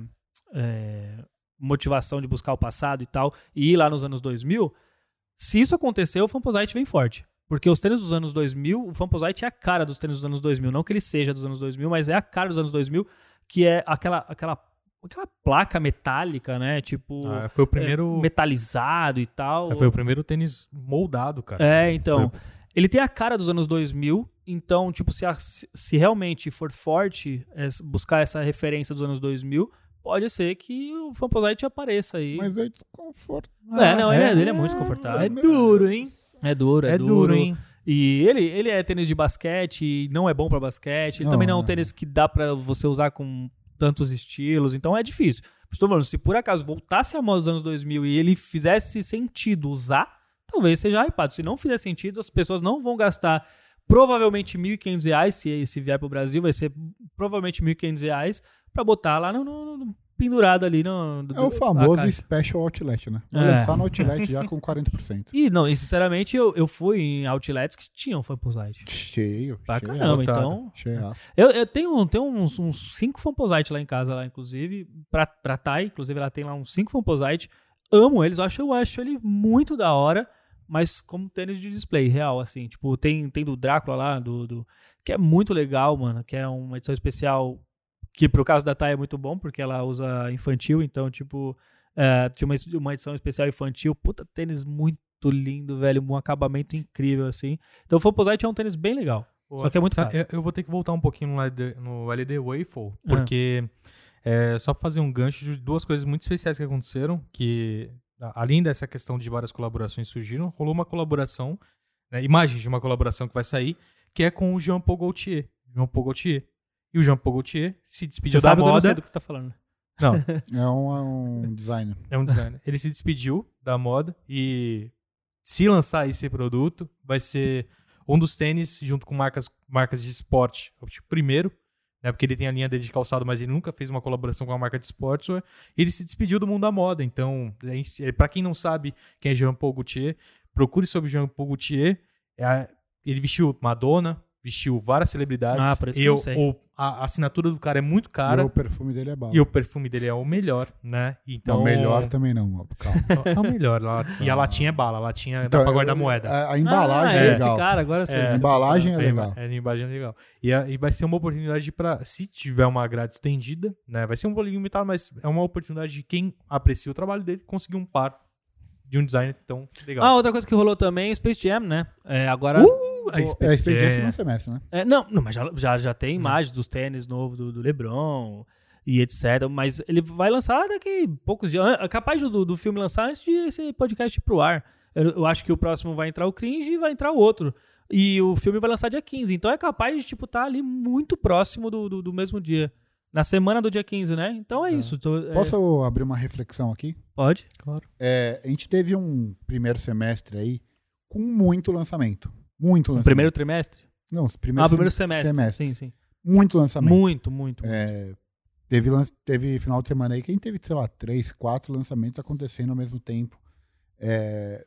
[SPEAKER 1] é, motivação de buscar o passado e tal, e ir lá nos anos 2000, se isso acontecer, o Famposite vem forte. Porque os tênis dos anos 2000, o Famposite é a cara dos tênis dos anos 2000. Não que ele seja dos anos 2000, mas é a cara dos anos 2000, que é aquela, aquela, aquela placa metálica, né? Tipo,
[SPEAKER 2] Ah, foi o primeiro. É,
[SPEAKER 1] é, metalizado e tal.
[SPEAKER 2] Foi o primeiro tênis moldado, cara.
[SPEAKER 1] É, então.
[SPEAKER 2] Foi-
[SPEAKER 1] Ele tem a cara dos anos 2000, então, tipo, se, a- se- se realmente for forte é, s- buscar essa referência dos anos 2000, pode ser que o Famposite apareça aí.
[SPEAKER 3] Mas é desconforto.
[SPEAKER 1] É, não, ele é, ele é muito desconfortável.
[SPEAKER 2] É duro, hein?
[SPEAKER 1] É duro, é,
[SPEAKER 2] É duro, hein?
[SPEAKER 1] E ele, ele é tênis de basquete, não é bom pra basquete. Ele
[SPEAKER 3] Não,
[SPEAKER 1] também não é um
[SPEAKER 3] é.
[SPEAKER 1] tênis que dá pra você usar com tantos estilos, então é difícil. Estou falando, se por acaso voltasse a moda dos anos 2000 e ele fizesse sentido usar, talvez seja hypado. Se não fizer sentido, as pessoas não vão gastar provavelmente R$ 1.500, reais, se, se vier pro Brasil, vai ser provavelmente R$ 1.500 reais pra botar lá no, no- no- pendurado ali no,
[SPEAKER 3] É o
[SPEAKER 1] na
[SPEAKER 3] famoso
[SPEAKER 1] caixa.
[SPEAKER 3] Special Outlet, né? Vai
[SPEAKER 1] É.
[SPEAKER 3] lançar no Outlet já com 40%.
[SPEAKER 1] E não, e sinceramente eu, eu fui em outlets que tinham fanposite.
[SPEAKER 3] Cheio.
[SPEAKER 1] Pra
[SPEAKER 3] cheio,
[SPEAKER 1] caramba,
[SPEAKER 2] lotado.
[SPEAKER 1] então.
[SPEAKER 3] Cheio.
[SPEAKER 1] Eu, eu tenho, tenho uns, uns cinco fanposite lá em casa, lá, inclusive, pra, pra Thay, inclusive ela tem lá uns cinco fanposite. Amo eles, eu acho, eu acho ele muito da hora, mas como tênis de display, real, assim. Tipo, tem, tem do Drácula lá, do, do- que é muito legal, mano, que é uma edição especial, que pro caso da Thay é muito bom, porque ela usa infantil, então, tipo, é, tinha uma, es- uma edição especial infantil, puta, tênis muito lindo, velho, um acabamento incrível, assim. Então o fanposite é um tênis bem legal, só que é muito
[SPEAKER 2] Sabe,
[SPEAKER 1] caro. Ah.
[SPEAKER 2] eu- Eu vou ter que voltar um pouquinho no LD, no LD Waffle, porque é, só pra fazer um gancho de duas coisas muito especiais que aconteceram, que a- além dessa questão de várias colaborações surgiram, rolou uma colaboração, né, imagens de uma colaboração que vai sair, que é com o Jean Paul Gaultier. Jean Paul Gaultier. E o Jean Paul Gaultier se despediu
[SPEAKER 1] Você
[SPEAKER 2] da
[SPEAKER 1] sabe que eu não sei
[SPEAKER 2] moda.
[SPEAKER 1] do que você tá falando.
[SPEAKER 2] Não,
[SPEAKER 3] É um, é um designer.
[SPEAKER 2] é um designer. Ele se despediu da moda e se lançar esse produto, vai ser um dos tênis, junto com marcas, marcas de esporte, o tipo, primeiro, né? Porque ele tem a linha dele de calçado, mas ele nunca fez uma colaboração com a marca de sportswear. E ele se despediu do mundo da moda. Então, para quem não sabe quem é Jean Paul Gaultier, procure sobre Jean Paul Gaultier. É a- ele vestiu Madonna, vestiu várias celebridades.
[SPEAKER 1] Ah, por isso que
[SPEAKER 2] E
[SPEAKER 1] eu
[SPEAKER 2] o-
[SPEAKER 1] sei.
[SPEAKER 2] o- a a assinatura do cara é muito
[SPEAKER 3] e
[SPEAKER 2] cara.
[SPEAKER 3] o perfume dele é bala.
[SPEAKER 2] E o perfume dele é o melhor, né?
[SPEAKER 1] É
[SPEAKER 2] Então,
[SPEAKER 3] Não, melhor também não, Bob, calma. Então,
[SPEAKER 2] é o melhor. lá. E a latinha é bala, a latinha dá pra guardar
[SPEAKER 3] eu-
[SPEAKER 2] moeda.
[SPEAKER 3] A, a embalagem
[SPEAKER 1] ah,
[SPEAKER 3] é
[SPEAKER 1] é
[SPEAKER 3] legal.
[SPEAKER 1] Esse cara, agora eu sei.
[SPEAKER 2] É.
[SPEAKER 3] a embalagem é
[SPEAKER 2] Aí,
[SPEAKER 3] legal.
[SPEAKER 2] É, a embalagem é legal. E, a- e vai ser uma oportunidade pra. se tiver uma grade estendida, né? Vai ser um bolinho limitado, mas é uma oportunidade de quem aprecia o trabalho dele conseguir um par de um design tão legal.
[SPEAKER 1] Ah, outra coisa que rolou também é Space Jam, né? É, agora.
[SPEAKER 2] a
[SPEAKER 3] É,
[SPEAKER 2] Space
[SPEAKER 3] a experiência
[SPEAKER 2] Jam.
[SPEAKER 3] não semestre, né?
[SPEAKER 1] É, não, não, mas já, já, já tem imagem dos tênis novos do, do Lebron e etc. Mas ele vai lançar daqui poucos dias. É Capaz do, do filme lançar antes de esse podcast ir pro ar. Eu, eu acho que o próximo vai entrar o cringe e vai entrar o outro. E o filme vai lançar dia 15. Então é capaz de, tipo, estar ali muito próximo do, do, do mesmo dia. Na semana do dia 15, né? Então é isso. Tô- é-
[SPEAKER 3] Posso abrir uma reflexão aqui?
[SPEAKER 1] Pode?
[SPEAKER 3] É, a gente teve um primeiro semestre aí com muito lançamento. Muito
[SPEAKER 1] No
[SPEAKER 3] lançamento.
[SPEAKER 1] primeiro trimestre?
[SPEAKER 3] Não, os
[SPEAKER 1] Ah,
[SPEAKER 3] primeiros
[SPEAKER 1] primeiro
[SPEAKER 3] sem-
[SPEAKER 1] semestre. Sim, sim.
[SPEAKER 3] Muito lançamento.
[SPEAKER 1] Muito, muito.
[SPEAKER 3] É, teve, lan- teve final de semana aí que a gente teve, sei lá, três, quatro lançamentos acontecendo ao mesmo tempo. É,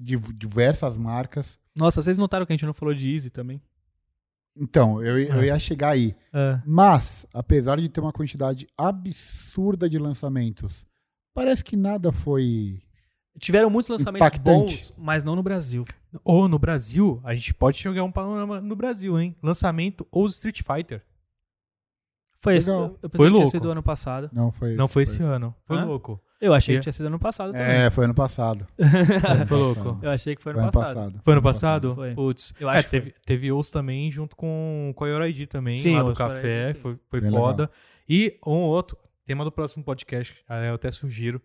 [SPEAKER 3] de diversas marcas.
[SPEAKER 1] Nossa, vocês notaram que a gente não falou de Easy também?
[SPEAKER 3] Então, eu, eu
[SPEAKER 2] É.
[SPEAKER 3] ia chegar aí.
[SPEAKER 1] É.
[SPEAKER 3] Mas, apesar de ter uma quantidade absurda de lançamentos, parece que nada foi.
[SPEAKER 1] Tiveram muitos lançamentos
[SPEAKER 3] Impactante.
[SPEAKER 1] bons, mas não no Brasil.
[SPEAKER 2] É. Ou no Brasil, a gente pode chegar a um panorama no Brasil, hein? Lançamento ou Street Fighter.
[SPEAKER 1] Foi esse.
[SPEAKER 3] Legal.
[SPEAKER 1] Eu pensei
[SPEAKER 2] Foi
[SPEAKER 1] que tinha
[SPEAKER 2] louco.
[SPEAKER 1] sido ano passado.
[SPEAKER 3] Não foi
[SPEAKER 2] não
[SPEAKER 3] esse,
[SPEAKER 2] foi esse ano. Foi
[SPEAKER 1] Hã?
[SPEAKER 2] louco.
[SPEAKER 1] Eu achei
[SPEAKER 2] E-
[SPEAKER 1] que tinha sido ano passado também.
[SPEAKER 3] É, foi ano passado.
[SPEAKER 2] Ô, louco.
[SPEAKER 1] Eu achei que Ah, foi
[SPEAKER 3] Foi
[SPEAKER 1] ano,
[SPEAKER 3] ano
[SPEAKER 1] passado.
[SPEAKER 3] passado.
[SPEAKER 2] Foi ano passado?
[SPEAKER 1] Foi.
[SPEAKER 2] Putz.
[SPEAKER 1] Eu acho
[SPEAKER 2] É,
[SPEAKER 1] que
[SPEAKER 2] teve, teve Ouça também junto com, com a Yoraidi também,
[SPEAKER 1] Sim,
[SPEAKER 2] lá do
[SPEAKER 1] Ouça com a
[SPEAKER 2] café.
[SPEAKER 1] Yoraidi, sim.
[SPEAKER 2] Foi, foi
[SPEAKER 3] Bem
[SPEAKER 2] foda. E um outro, tema do próximo podcast, ah, eu até sugiro.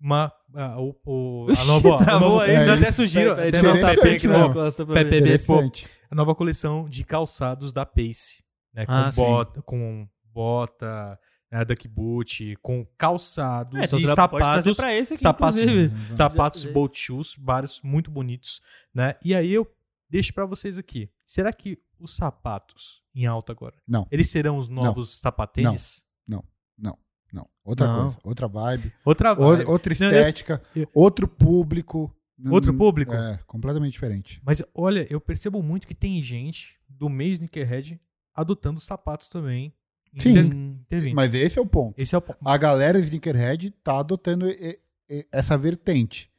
[SPEAKER 2] Uma, ah, o, o- a
[SPEAKER 1] Oxi,
[SPEAKER 2] nova. a
[SPEAKER 1] travou
[SPEAKER 2] nova-
[SPEAKER 1] aí. né?
[SPEAKER 2] eu
[SPEAKER 3] É
[SPEAKER 2] até
[SPEAKER 3] isso.
[SPEAKER 2] sugiro.
[SPEAKER 1] Peraí,
[SPEAKER 2] até
[SPEAKER 1] deixa eu
[SPEAKER 2] nota
[SPEAKER 1] botar
[SPEAKER 3] Interessante,
[SPEAKER 1] a pique
[SPEAKER 2] Pepec,
[SPEAKER 1] nas
[SPEAKER 3] né?
[SPEAKER 1] costas pra
[SPEAKER 2] Pepe-
[SPEAKER 1] ver.
[SPEAKER 2] PB, pô.
[SPEAKER 3] Interessante.
[SPEAKER 2] a nova coleção de calçados da Pace, né? Com
[SPEAKER 1] Ah, sim.
[SPEAKER 2] bota, com bota, né, duck boot, com calçados
[SPEAKER 1] É, então
[SPEAKER 2] e
[SPEAKER 1] você já pode trazer
[SPEAKER 2] sapatos,
[SPEAKER 1] pra esse aqui,
[SPEAKER 2] sapatos,
[SPEAKER 1] inclusive.
[SPEAKER 2] sapatos
[SPEAKER 1] Inclusive.
[SPEAKER 2] boat shoes, vários muito bonitos, né? E aí eu deixo pra vocês aqui. Será que os sapatos em alta agora?
[SPEAKER 3] Não.
[SPEAKER 2] Eles serão os novos sapatênis?
[SPEAKER 3] Não, outra
[SPEAKER 2] Não.
[SPEAKER 3] coisa, outra vibe,
[SPEAKER 2] Outra
[SPEAKER 3] ou-
[SPEAKER 2] vibe.
[SPEAKER 3] outra
[SPEAKER 2] Não, esse-
[SPEAKER 3] estética, outro público.
[SPEAKER 2] Outro
[SPEAKER 3] Hum,
[SPEAKER 2] público?
[SPEAKER 3] É, completamente diferente.
[SPEAKER 2] Mas olha, eu percebo muito que tem gente do meio sneakerhead adotando sapatos também.
[SPEAKER 3] Sim.
[SPEAKER 1] Hum.
[SPEAKER 2] intervindo.
[SPEAKER 3] Mas esse é o ponto.
[SPEAKER 2] Esse é o ponto.
[SPEAKER 3] A galera sneakerhead tá adotando e- e- essa vertente,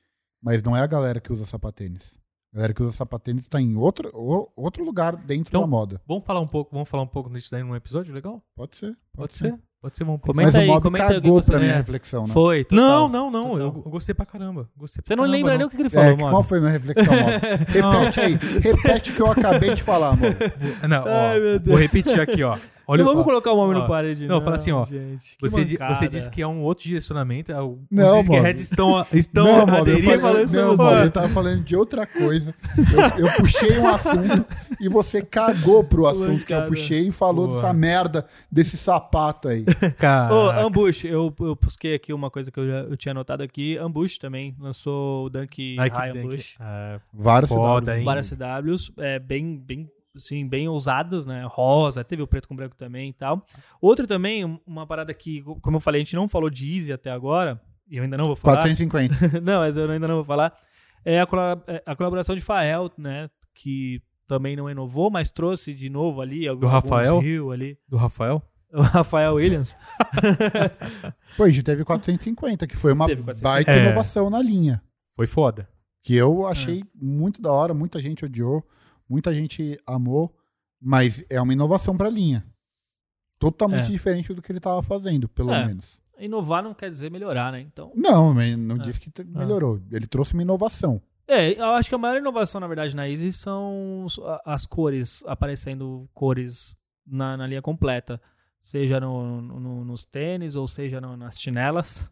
[SPEAKER 3] mas não é a galera que usa sapatênis. A galera que usa sapatênis tá em outro, o- outro lugar dentro
[SPEAKER 2] Então-
[SPEAKER 3] da moda.
[SPEAKER 2] Vamos falar um pouco, vamos falar um pouco disso daí num episódio legal?
[SPEAKER 3] Pode ser.
[SPEAKER 2] Pode ser? Pode ser, vamos
[SPEAKER 1] Comenta
[SPEAKER 3] mas
[SPEAKER 1] aí,
[SPEAKER 3] o Bob
[SPEAKER 1] comenta aí o que
[SPEAKER 3] cagou
[SPEAKER 1] você-
[SPEAKER 3] pra minha
[SPEAKER 2] É.
[SPEAKER 3] reflexão, né?
[SPEAKER 1] Foi, total.
[SPEAKER 2] Não, não, não.
[SPEAKER 1] Total.
[SPEAKER 2] Eu, eu gostei pra caramba. Gostei
[SPEAKER 1] Você
[SPEAKER 2] pra
[SPEAKER 1] não
[SPEAKER 2] caramba,
[SPEAKER 1] lembra nem o que que ele
[SPEAKER 3] É,
[SPEAKER 1] falou,
[SPEAKER 3] que
[SPEAKER 1] mano.
[SPEAKER 3] qual foi a minha reflexão, Mob? Repete aí. Repete o que eu acabei de falar, Mob.
[SPEAKER 2] Não, ó,
[SPEAKER 1] Ai, meu
[SPEAKER 2] vou repetir aqui, ó. Olha
[SPEAKER 1] não
[SPEAKER 2] o
[SPEAKER 1] vamos colocar o homem
[SPEAKER 2] ó,
[SPEAKER 1] no parede,
[SPEAKER 2] não, fala assim, ó,
[SPEAKER 1] gente, que
[SPEAKER 2] Você, di- você
[SPEAKER 1] mancada.
[SPEAKER 2] disse que é um outro direcionamento. é o-
[SPEAKER 3] Não,
[SPEAKER 2] os skinheads estão, a- estão
[SPEAKER 3] Não,
[SPEAKER 2] a
[SPEAKER 3] Mob, eu,
[SPEAKER 2] deriva.
[SPEAKER 3] falei,
[SPEAKER 1] Então, falou isso pra
[SPEAKER 3] não,
[SPEAKER 1] você.
[SPEAKER 3] Mob, eu tava falando de outra coisa. Eu, eu puxei um assunto e você cagou pro assunto que eu
[SPEAKER 1] Mancada.
[SPEAKER 3] puxei e falou
[SPEAKER 2] Boa.
[SPEAKER 3] dessa merda, desse sapato aí.
[SPEAKER 2] Caraca.
[SPEAKER 1] Ô, Ambush, eu, eu busquei aqui uma coisa que eu, já, eu tinha anotado aqui. Ambush também lançou o Dunk
[SPEAKER 2] Nike
[SPEAKER 1] High
[SPEAKER 2] Dunk.
[SPEAKER 1] Ambush.
[SPEAKER 2] Ah,
[SPEAKER 3] Vários
[SPEAKER 2] Foda, hein?
[SPEAKER 1] Várias CWs, é, bem, bem, assim, bem ousadas, né? Rosa, teve o preto com branco também e tal. Outra também, um- uma parada que, como eu falei, a gente não falou de Easy até agora, e eu ainda não vou falar.
[SPEAKER 3] 450.
[SPEAKER 1] não, mas eu ainda não vou falar. É a, colab- é a colaboração de Fael, né? Que também não inovou, mas trouxe de novo ali algum- alguns
[SPEAKER 2] Rafael?
[SPEAKER 1] Rio ali.
[SPEAKER 2] do Rafael?
[SPEAKER 1] O Rafael Williams.
[SPEAKER 3] Pô, a gente teve 450, que foi uma
[SPEAKER 1] Teve 450.
[SPEAKER 3] baita
[SPEAKER 2] É.
[SPEAKER 3] inovação na linha.
[SPEAKER 2] Foi foda.
[SPEAKER 3] Que eu
[SPEAKER 1] É.
[SPEAKER 3] achei muito da hora, muita gente odiou, muita gente amou, mas é uma inovação pra linha. Totalmente
[SPEAKER 1] É.
[SPEAKER 3] diferente do que ele tava fazendo, pelo
[SPEAKER 1] É.
[SPEAKER 3] menos.
[SPEAKER 1] Inovar não quer dizer melhorar, né? Então.
[SPEAKER 3] Não, mas não
[SPEAKER 1] É.
[SPEAKER 3] disse que te- melhorou. Ele trouxe uma inovação.
[SPEAKER 1] É, eu acho que a maior inovação, na verdade, na Easy são os- a- as cores, aparecendo cores na, na linha completa. Seja no, no- nos tênis ou seja no- nas chinelas.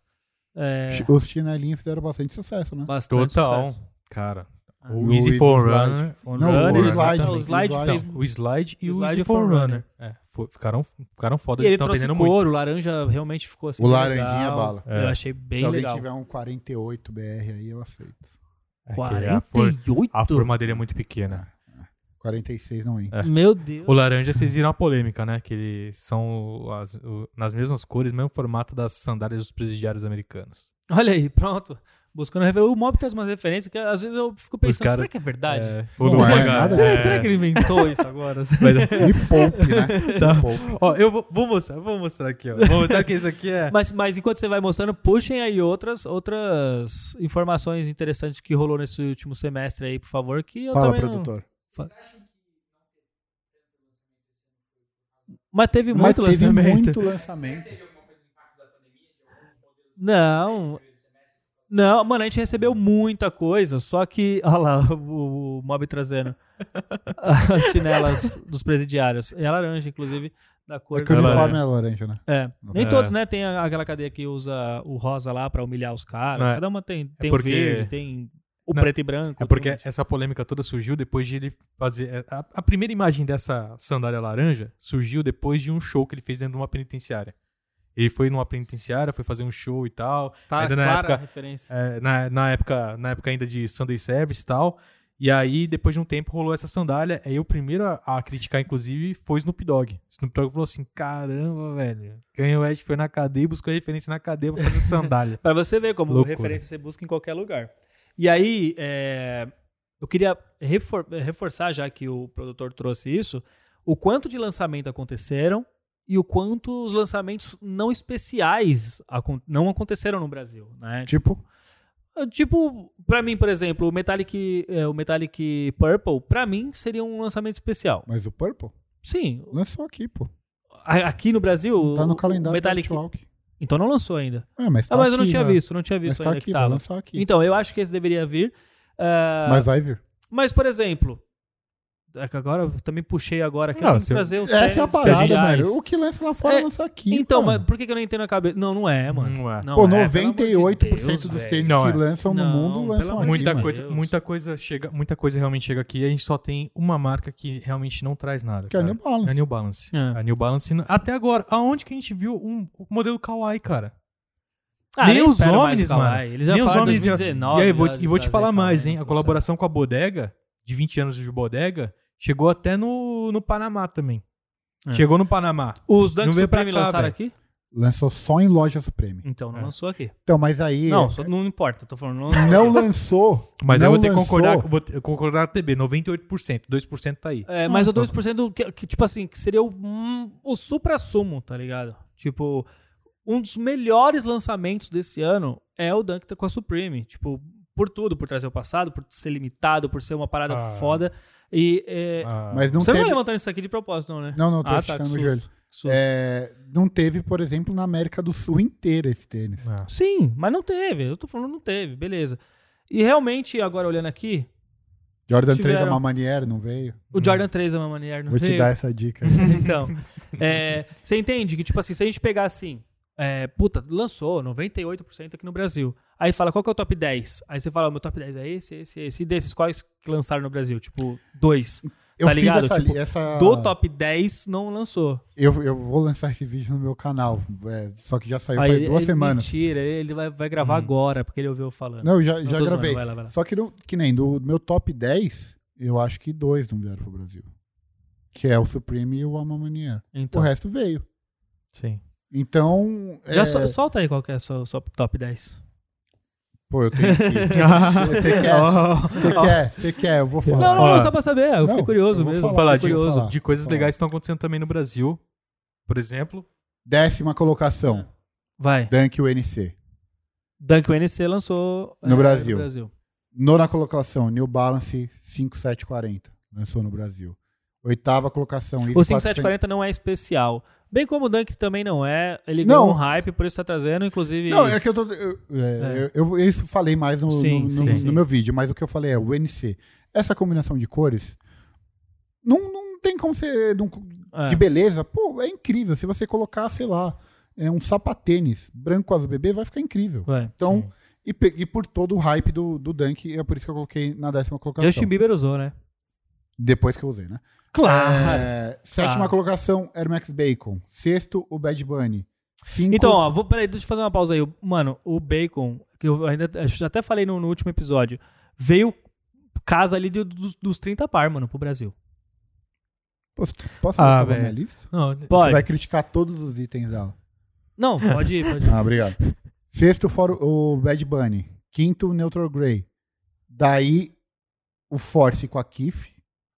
[SPEAKER 1] É,
[SPEAKER 3] Chi- Os chinelinhos fizeram bastante sucesso, né?
[SPEAKER 1] bastante
[SPEAKER 2] Total.
[SPEAKER 1] Tá sucesso.
[SPEAKER 2] Cara.
[SPEAKER 1] Ah.
[SPEAKER 2] O
[SPEAKER 3] E
[SPEAKER 2] Easy
[SPEAKER 3] o
[SPEAKER 2] for
[SPEAKER 3] Slide.
[SPEAKER 2] Runner.
[SPEAKER 1] Foi
[SPEAKER 3] Não,
[SPEAKER 1] runner,
[SPEAKER 2] o slide,
[SPEAKER 1] exatamente.
[SPEAKER 3] o
[SPEAKER 1] o slide,
[SPEAKER 3] slide.
[SPEAKER 1] fez...
[SPEAKER 2] O slide e o
[SPEAKER 1] Slide
[SPEAKER 2] Easy
[SPEAKER 1] e for
[SPEAKER 2] for Runner.
[SPEAKER 1] Runner.
[SPEAKER 2] É, foi- ficaram, ficaram fodas.
[SPEAKER 1] E ele
[SPEAKER 2] estão
[SPEAKER 1] trouxe
[SPEAKER 2] aprendendo muito.
[SPEAKER 1] couro, o laranja realmente ficou assim.
[SPEAKER 3] O
[SPEAKER 1] bem
[SPEAKER 3] laranjinha
[SPEAKER 1] legal.
[SPEAKER 3] bala.
[SPEAKER 1] Eu
[SPEAKER 2] É.
[SPEAKER 1] achei bem
[SPEAKER 3] Se alguém
[SPEAKER 1] legal.
[SPEAKER 3] tiver um 48 BR aí, eu aceito.
[SPEAKER 2] Aquele, É a for-
[SPEAKER 1] 48?
[SPEAKER 2] A forma dele é muito pequena.
[SPEAKER 3] 46 não
[SPEAKER 2] é.
[SPEAKER 3] entra.
[SPEAKER 1] Meu Deus.
[SPEAKER 2] O laranja, vocês viram a polêmica, né? Que eles são as- o- nas mesmas cores, mesmo formato das sandálias dos presidiários americanos.
[SPEAKER 1] Olha aí, pronto. Buscando referência. O Mob traz umas referências que às vezes eu fico pensando,
[SPEAKER 2] caras-
[SPEAKER 1] será que é verdade?
[SPEAKER 2] É,
[SPEAKER 3] Não
[SPEAKER 2] do
[SPEAKER 3] é
[SPEAKER 2] Magal.
[SPEAKER 3] nada
[SPEAKER 1] Será,
[SPEAKER 2] É.
[SPEAKER 1] será que ele inventou isso agora?
[SPEAKER 2] Mas-
[SPEAKER 1] É.
[SPEAKER 3] E poupe, né?
[SPEAKER 2] Tá.
[SPEAKER 3] Poupe.
[SPEAKER 2] Ó, eu vou, vou mostrar, vou mostrar aqui, ó. Vou mostrar que isso aqui é.
[SPEAKER 1] Mas, mas enquanto você vai mostrando, puxem aí outras, outras informações interessantes que rolou nesse último semestre aí, por favor, que eu
[SPEAKER 3] Fala,
[SPEAKER 1] também não-
[SPEAKER 3] produtor.
[SPEAKER 1] Mas teve
[SPEAKER 3] Mas
[SPEAKER 1] muito
[SPEAKER 3] teve
[SPEAKER 1] lançamento.
[SPEAKER 3] muito lançamento.
[SPEAKER 1] Não. Não, mano, a gente recebeu muita coisa, só que. Olha lá, o, o Mob trazendo as chinelas dos presidiários. É a laranja, inclusive, da cor.
[SPEAKER 3] É que o
[SPEAKER 1] da-
[SPEAKER 2] Ela-
[SPEAKER 3] uniforme é laranja, né?
[SPEAKER 1] É. Nem
[SPEAKER 2] É.
[SPEAKER 1] todos, né? Tem a- aquela cadeia que usa o rosa lá pra humilhar os caras.
[SPEAKER 2] Não é.
[SPEAKER 1] Cada uma tem, tem
[SPEAKER 2] porque-
[SPEAKER 1] o verde, tem o
[SPEAKER 2] Não.
[SPEAKER 1] preto e branco.
[SPEAKER 2] É porque essa polêmica toda surgiu depois de ele fazer. é, A, a primeira imagem dessa sandália laranja surgiu depois de um show que ele fez dentro de uma penitenciária. Ele foi numa penitenciária, foi fazer um show e tal.
[SPEAKER 1] Tá
[SPEAKER 2] ainda na
[SPEAKER 1] clara
[SPEAKER 2] época-
[SPEAKER 1] a referência.
[SPEAKER 2] É, na, na época, na época ainda de Sunday Service e tal. E aí, depois de um tempo, rolou essa sandália. Aí o primeiro a, a criticar, inclusive, foi Snoop Dogg. Snoop Dogg falou assim: caramba, velho. Kanye West foi na cadeia e buscou referência na cadeia pra fazer sandália.
[SPEAKER 1] Pra você ver como
[SPEAKER 2] Loucura.
[SPEAKER 1] referência você busca em qualquer lugar. E aí, é, eu queria refor- reforçar, já que o produtor trouxe isso, o quanto de lançamento aconteceram e o quanto os lançamentos não especiais acon- não aconteceram no Brasil, né?
[SPEAKER 3] Tipo,
[SPEAKER 1] Tipo, pra mim, por exemplo, o Metallic, é, o Metallic Purple, pra mim, seria um lançamento especial.
[SPEAKER 3] mas o Purple
[SPEAKER 1] Sim.
[SPEAKER 3] lançou aqui, pô.
[SPEAKER 1] A- Aqui no Brasil,
[SPEAKER 3] Tá
[SPEAKER 1] o-
[SPEAKER 3] no calendário
[SPEAKER 1] o Metallic
[SPEAKER 3] do Outwalk.
[SPEAKER 1] Então não lançou ainda.
[SPEAKER 3] É, mas tá
[SPEAKER 1] ah, mas eu não
[SPEAKER 3] aqui,
[SPEAKER 1] tinha
[SPEAKER 3] né?
[SPEAKER 1] visto, não tinha
[SPEAKER 3] Mas
[SPEAKER 1] visto
[SPEAKER 3] tá
[SPEAKER 1] ainda
[SPEAKER 3] aqui,
[SPEAKER 1] que
[SPEAKER 3] vai
[SPEAKER 1] tava.
[SPEAKER 3] lançar aqui.
[SPEAKER 1] Então, eu acho que esse deveria vir. Ah,
[SPEAKER 3] mas vai vir.
[SPEAKER 1] Mas, por exemplo, é que agora eu também puxei agora aqui.
[SPEAKER 2] Não,
[SPEAKER 1] vamos
[SPEAKER 2] se eu-
[SPEAKER 1] trazer os
[SPEAKER 3] Essa é a
[SPEAKER 1] séries
[SPEAKER 3] parada,
[SPEAKER 1] legais.
[SPEAKER 3] mano. O que lança lá fora
[SPEAKER 1] É,
[SPEAKER 3] lança aqui.
[SPEAKER 1] Então,
[SPEAKER 3] mano.
[SPEAKER 1] mas por que que eu não entendo a cabeça? Não, não é, mano.
[SPEAKER 2] Não é.
[SPEAKER 1] Não
[SPEAKER 3] Pô,
[SPEAKER 1] é, pelo amor de
[SPEAKER 3] 98%
[SPEAKER 1] Deus,
[SPEAKER 3] dos
[SPEAKER 1] velho.
[SPEAKER 3] tênis
[SPEAKER 2] Não
[SPEAKER 3] que
[SPEAKER 2] é.
[SPEAKER 3] lançam no
[SPEAKER 1] Não,
[SPEAKER 3] mundo
[SPEAKER 1] pelo
[SPEAKER 3] lançam
[SPEAKER 1] amor
[SPEAKER 3] aqui.
[SPEAKER 1] de
[SPEAKER 2] Muita
[SPEAKER 1] Deus.
[SPEAKER 3] mano.
[SPEAKER 2] coisa,
[SPEAKER 1] Deus.
[SPEAKER 2] muita coisa chega, muita coisa realmente chega aqui. A gente só tem uma marca que realmente não traz nada.
[SPEAKER 3] Que é a
[SPEAKER 2] cara.
[SPEAKER 3] New
[SPEAKER 2] É
[SPEAKER 3] Balance.
[SPEAKER 2] a New Balance.
[SPEAKER 1] É.
[SPEAKER 2] A New Balance n- até agora, aonde que a gente viu um o modelo kawaii, cara?
[SPEAKER 1] Ah,
[SPEAKER 2] Nem
[SPEAKER 1] eu
[SPEAKER 2] os
[SPEAKER 1] espero mais
[SPEAKER 2] homens,
[SPEAKER 1] o Kawhi.
[SPEAKER 2] mano.
[SPEAKER 1] Eles já
[SPEAKER 2] Nem os
[SPEAKER 1] falaram
[SPEAKER 2] homens já-
[SPEAKER 1] 2019.
[SPEAKER 2] e aí, vou,
[SPEAKER 1] já-
[SPEAKER 2] e vou te
[SPEAKER 1] já
[SPEAKER 2] falar
[SPEAKER 1] vai
[SPEAKER 2] mais,
[SPEAKER 1] falar,
[SPEAKER 2] hein? A
[SPEAKER 1] não
[SPEAKER 2] colaboração com a Bodega, de 20 anos de Bodega, chegou até no, no Panamá também.
[SPEAKER 1] É.
[SPEAKER 2] Chegou no Panamá.
[SPEAKER 1] sei. Os Dunks
[SPEAKER 2] Não veio
[SPEAKER 1] do
[SPEAKER 2] pra
[SPEAKER 1] Prêmio
[SPEAKER 2] cá,
[SPEAKER 1] lançaram
[SPEAKER 2] velho.
[SPEAKER 1] aqui?
[SPEAKER 3] Lançou só em lojas Premium.
[SPEAKER 1] Então, não
[SPEAKER 2] É.
[SPEAKER 1] lançou aqui.
[SPEAKER 3] Então, mas aí.
[SPEAKER 1] Não, só- não importa. eu Tô falando. Não,
[SPEAKER 3] não lançou.
[SPEAKER 2] Mas
[SPEAKER 3] não
[SPEAKER 2] eu vou ter que
[SPEAKER 3] lançou.
[SPEAKER 2] concordar, com- vou ter- concordar com a TB, 98%, 2% tá aí.
[SPEAKER 3] Ah,
[SPEAKER 1] É, mas o 2% que, que, tipo assim, que seria o, hum, o supra-sumo, tá ligado? Tipo, um dos melhores lançamentos desse ano é o Dunk com a Supreme. Tipo, por tudo, por trazer o passado, por ser limitado, por ser uma parada
[SPEAKER 2] Ah.
[SPEAKER 1] foda. E. é,
[SPEAKER 2] Ah,
[SPEAKER 3] Mas não
[SPEAKER 1] Você
[SPEAKER 3] teve.
[SPEAKER 1] não vai levantar isso aqui de propósito, não, né?
[SPEAKER 3] Não, não, tô
[SPEAKER 1] Ah, tá,
[SPEAKER 3] esticando
[SPEAKER 1] que
[SPEAKER 3] o
[SPEAKER 1] susto.
[SPEAKER 3] joelho.
[SPEAKER 1] Susto.
[SPEAKER 3] É, não teve, por exemplo, na América do Sul inteira esse tênis.
[SPEAKER 2] ah.
[SPEAKER 1] Sim, mas não teve. Eu tô falando não teve, beleza. E realmente, agora olhando aqui,
[SPEAKER 3] Jordan 3 é
[SPEAKER 1] Tiveram.
[SPEAKER 3] uma manière, não veio?
[SPEAKER 1] o Jordan 3 é uma maneira. não
[SPEAKER 3] Hum. Vou te
[SPEAKER 1] veio.
[SPEAKER 3] dar essa dica.
[SPEAKER 1] Então, é, você entende que, tipo assim, se a gente pegar assim, é, puta, lançou 98% aqui no Brasil. Aí fala, qual que é o top 10? Aí você fala, meu top 10 é esse, esse, esse. E desses, quais que lançaram no Brasil? Tipo, dois.
[SPEAKER 3] Eu
[SPEAKER 1] Tá
[SPEAKER 3] fiz
[SPEAKER 1] ligado?
[SPEAKER 3] essa, li-
[SPEAKER 1] Tipo,
[SPEAKER 3] essa-
[SPEAKER 1] Do top 10, não lançou.
[SPEAKER 3] Eu, eu vou lançar esse vídeo no meu canal, é, só que já saiu
[SPEAKER 1] Aí
[SPEAKER 3] faz
[SPEAKER 1] ele-
[SPEAKER 3] duas
[SPEAKER 1] ele-
[SPEAKER 3] semanas.
[SPEAKER 1] Mentira, ele vai, vai gravar agora, porque ele ouviu eu falando.
[SPEAKER 3] Não, eu já,
[SPEAKER 1] Não,
[SPEAKER 3] já
[SPEAKER 1] tô zoando,
[SPEAKER 3] gravei.
[SPEAKER 1] vai lá, vai lá.
[SPEAKER 3] Só que, não, que nem do meu top 10, eu acho que dois não vieram pro Brasil. Que é o Supreme e o Alma Manier.
[SPEAKER 1] Então,
[SPEAKER 3] O resto veio.
[SPEAKER 2] Sim.
[SPEAKER 3] Então, é,
[SPEAKER 1] já so- solta aí qual que é o seu seu top 10.
[SPEAKER 3] pô, eu tenho que... Você quer? Você quer? Você quer? Eu vou falar.
[SPEAKER 1] Não, não,
[SPEAKER 2] Ó.
[SPEAKER 1] não, só pra saber. Eu fiquei
[SPEAKER 3] Não,
[SPEAKER 1] curioso
[SPEAKER 3] eu vou
[SPEAKER 1] mesmo.
[SPEAKER 3] falar,
[SPEAKER 1] fiquei
[SPEAKER 2] falar, digo,
[SPEAKER 1] curioso.
[SPEAKER 3] falar.
[SPEAKER 2] de coisas
[SPEAKER 3] Fala.
[SPEAKER 2] legais que estão acontecendo também no Brasil. Por exemplo,
[SPEAKER 3] Décima colocação,
[SPEAKER 1] Vai.
[SPEAKER 3] Dunk UNC.
[SPEAKER 1] Dunk NC lançou é,
[SPEAKER 3] No Brasil.
[SPEAKER 1] no Brasil.
[SPEAKER 3] Nona colocação, New Balance 5740. Lançou no Brasil. Oitava colocação, Easy
[SPEAKER 1] O
[SPEAKER 3] 400.
[SPEAKER 1] 5740 não é especial. Bem como o Dunk também não é. Ele
[SPEAKER 3] Não.
[SPEAKER 1] ganhou um hype, por isso tá trazendo, inclusive.
[SPEAKER 3] Não, é que eu tô. Eu, é, eu- eu- isso eu falei mais no,
[SPEAKER 1] Sim,
[SPEAKER 3] no-
[SPEAKER 1] sim,
[SPEAKER 3] no-
[SPEAKER 1] sim.
[SPEAKER 3] no meu vídeo, mas o que eu falei é o NC. Essa combinação de cores não, não tem como ser de, um-
[SPEAKER 1] é.
[SPEAKER 3] de beleza. Pô, é incrível. Se você colocar, sei lá, é um sapatênis branco azul bebê, vai ficar incrível.
[SPEAKER 1] Vai.
[SPEAKER 3] Então, e, pe- e por todo o hype do, do Dunk, é por isso que eu coloquei na décima colocação.
[SPEAKER 1] Justin Bieber usou, né?
[SPEAKER 3] Depois que eu usei, né?
[SPEAKER 1] Claro!
[SPEAKER 3] É, sétima
[SPEAKER 1] claro.
[SPEAKER 3] colocação, Air Max Bacon. Sexto, o Bad Bunny. Cinco,
[SPEAKER 1] Então, ó, vou, peraí, deixa eu fazer uma pausa aí. Mano, o Bacon, que eu ainda acho que até falei no, no último episódio, veio casa ali de- dos, dos 30 par, mano, pro Brasil.
[SPEAKER 3] posso, posso
[SPEAKER 2] Ah,
[SPEAKER 3] colocar na minha
[SPEAKER 2] velho.
[SPEAKER 3] lista?
[SPEAKER 2] Não,
[SPEAKER 3] Você
[SPEAKER 1] Pode.
[SPEAKER 3] vai criticar todos os itens dela.
[SPEAKER 1] Não, pode ir, pode ir.
[SPEAKER 3] Ah, obrigado. Sexto, fora o Bad Bunny. Quinto, o Neutral Grey. Daí, o Force com a Kif,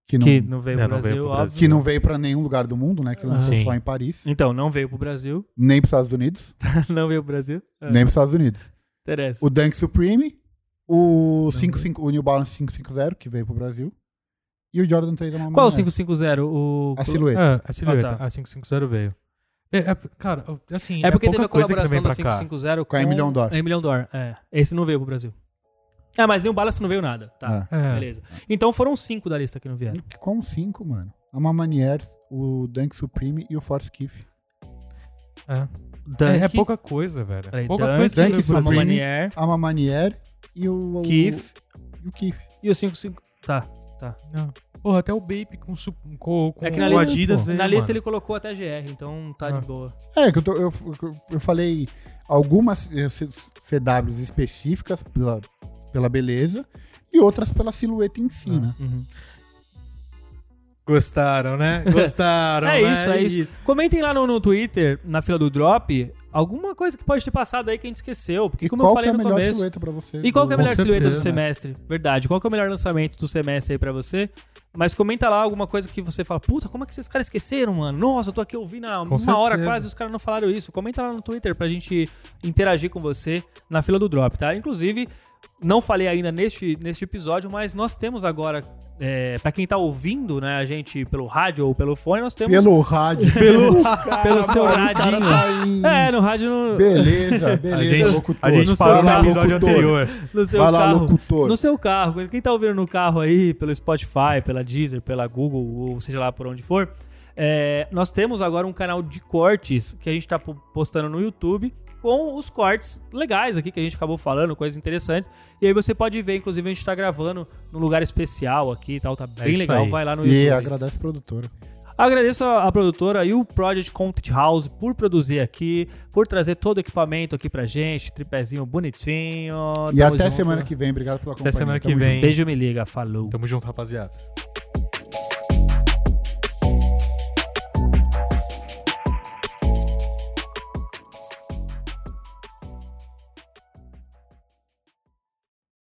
[SPEAKER 3] que não,
[SPEAKER 1] que Ah,
[SPEAKER 3] que,
[SPEAKER 1] não veio
[SPEAKER 2] Não,
[SPEAKER 1] pro
[SPEAKER 2] não
[SPEAKER 1] Brasil,
[SPEAKER 2] veio pro
[SPEAKER 1] óbvio.
[SPEAKER 2] Brasil.
[SPEAKER 3] não veio pra nenhum lugar do mundo, né? Que lançou
[SPEAKER 2] Sim.
[SPEAKER 3] só em Paris.
[SPEAKER 1] Então, não veio pro Brasil.
[SPEAKER 3] Nem pros Estados Unidos.
[SPEAKER 1] não veio pro Brasil. É,
[SPEAKER 3] Nem pros Estados Unidos.
[SPEAKER 1] Interessa.
[SPEAKER 3] O Dunk Supreme. O, 55, o New Balance 550, que veio pro Brasil. E o Jordan 3 é uma
[SPEAKER 1] Qual o
[SPEAKER 3] mulher.
[SPEAKER 1] 550? O...
[SPEAKER 3] A silhueta.
[SPEAKER 2] É, a silhueta.
[SPEAKER 1] Ah, tá.
[SPEAKER 2] A 550 veio. É, é, cara, assim,
[SPEAKER 1] É porque
[SPEAKER 2] pouca
[SPEAKER 1] teve a
[SPEAKER 2] coisa que não
[SPEAKER 1] colaboração
[SPEAKER 2] vem
[SPEAKER 1] da
[SPEAKER 2] pra cá.
[SPEAKER 1] 550
[SPEAKER 3] Com um a Emilion Dor.
[SPEAKER 1] A Emilion Dor, é. Esse não veio pro Brasil. Ah, mas nem o Balance não veio nada. Tá,
[SPEAKER 2] É.
[SPEAKER 1] beleza. Então foram cinco da lista que não vieram.
[SPEAKER 3] É. Com 5, mano. A Mamanier, o Dunk Supreme e o Force Kif.
[SPEAKER 2] É.
[SPEAKER 1] Dunk,
[SPEAKER 2] É, é pouca coisa, velho.
[SPEAKER 1] Peraí,
[SPEAKER 2] pouca
[SPEAKER 1] Dunk,
[SPEAKER 2] coisa
[SPEAKER 3] Dunk,
[SPEAKER 2] veio pro
[SPEAKER 3] Supreme.
[SPEAKER 2] Brasil.
[SPEAKER 1] Manier
[SPEAKER 3] A Mamanier e o...
[SPEAKER 1] Kif.
[SPEAKER 3] E o Kif.
[SPEAKER 1] e o 55. Tá.
[SPEAKER 2] Não. Porra, até o Bape com, su- com, com
[SPEAKER 1] É que na
[SPEAKER 2] o
[SPEAKER 1] lista-
[SPEAKER 2] Adidas veio,
[SPEAKER 1] Na lista
[SPEAKER 2] mano.
[SPEAKER 1] ele colocou até GR, então tá
[SPEAKER 2] Ah.
[SPEAKER 1] de boa.
[SPEAKER 3] É, que eu, tô- eu, eu falei algumas eh, C- CWs específicas pela, pela beleza e outras pela silhueta em si, né?
[SPEAKER 1] Uhum.
[SPEAKER 2] Gostaram, né? Gostaram,
[SPEAKER 1] É
[SPEAKER 2] né?
[SPEAKER 1] isso, é isso. Comentem lá no, no Twitter, na fila do Drop, alguma coisa que pode ter passado aí que a gente esqueceu. Porque,
[SPEAKER 3] E
[SPEAKER 1] como
[SPEAKER 3] qual
[SPEAKER 1] eu falei
[SPEAKER 3] que é a
[SPEAKER 1] no
[SPEAKER 3] melhor
[SPEAKER 1] começo.
[SPEAKER 3] silhueta pra você?
[SPEAKER 1] E qual que é a
[SPEAKER 3] Do-
[SPEAKER 1] melhor
[SPEAKER 2] Com
[SPEAKER 1] silhueta do
[SPEAKER 2] certeza.
[SPEAKER 1] semestre? Verdade. Qual que é o melhor lançamento do semestre aí pra você? Mas comenta lá alguma coisa que você fala, puta, como é que esses caras esqueceram, mano? Nossa, eu tô aqui ouvindo há
[SPEAKER 2] Com
[SPEAKER 1] uma hora
[SPEAKER 2] certeza.
[SPEAKER 1] quase e os caras não falaram isso. Comenta lá no Twitter pra gente interagir com você na fila do drop, tá? Inclusive, Não falei ainda neste, neste episódio, mas nós temos agora, é, para quem tá ouvindo, né, a gente pelo rádio ou pelo fone, nós temos
[SPEAKER 3] Pelo rádio.
[SPEAKER 1] pelo, pelo seu
[SPEAKER 3] Cara, o cara
[SPEAKER 1] radinho.
[SPEAKER 3] tá em-
[SPEAKER 1] É, no rádio, no,
[SPEAKER 3] Beleza, beleza,
[SPEAKER 2] gente-
[SPEAKER 3] locutor.
[SPEAKER 2] A gente
[SPEAKER 3] Vai
[SPEAKER 2] parou
[SPEAKER 3] lá,
[SPEAKER 2] no episódio
[SPEAKER 3] locutor.
[SPEAKER 2] anterior.
[SPEAKER 1] no seu
[SPEAKER 3] Vai lá,
[SPEAKER 1] carro.
[SPEAKER 3] locutor.
[SPEAKER 1] No seu carro. Quem tá ouvindo no carro aí, pelo Spotify, pela Deezer, pela Google, ou seja lá por onde for, é, nós temos agora um canal de cortes que a gente tá po- postando no YouTube com os cortes legais aqui que a gente acabou falando, coisas interessantes. E aí você pode ver, inclusive a gente tá gravando num lugar especial aqui e tal, tá bem
[SPEAKER 2] É isso
[SPEAKER 1] legal.
[SPEAKER 2] aí.
[SPEAKER 1] Vai lá no
[SPEAKER 3] E
[SPEAKER 1] YouTube.
[SPEAKER 3] agradece a produtora.
[SPEAKER 1] Agradeço a a produtora e o Project Content House por produzir aqui, por trazer todo o equipamento aqui pra gente, tripézinho bonitinho.
[SPEAKER 3] E até semana que vem. Obrigado pela companhia.
[SPEAKER 2] semana que
[SPEAKER 3] Tamo
[SPEAKER 2] vem.
[SPEAKER 1] Beijo, me liga, falou.
[SPEAKER 2] Tamo junto, rapaziada.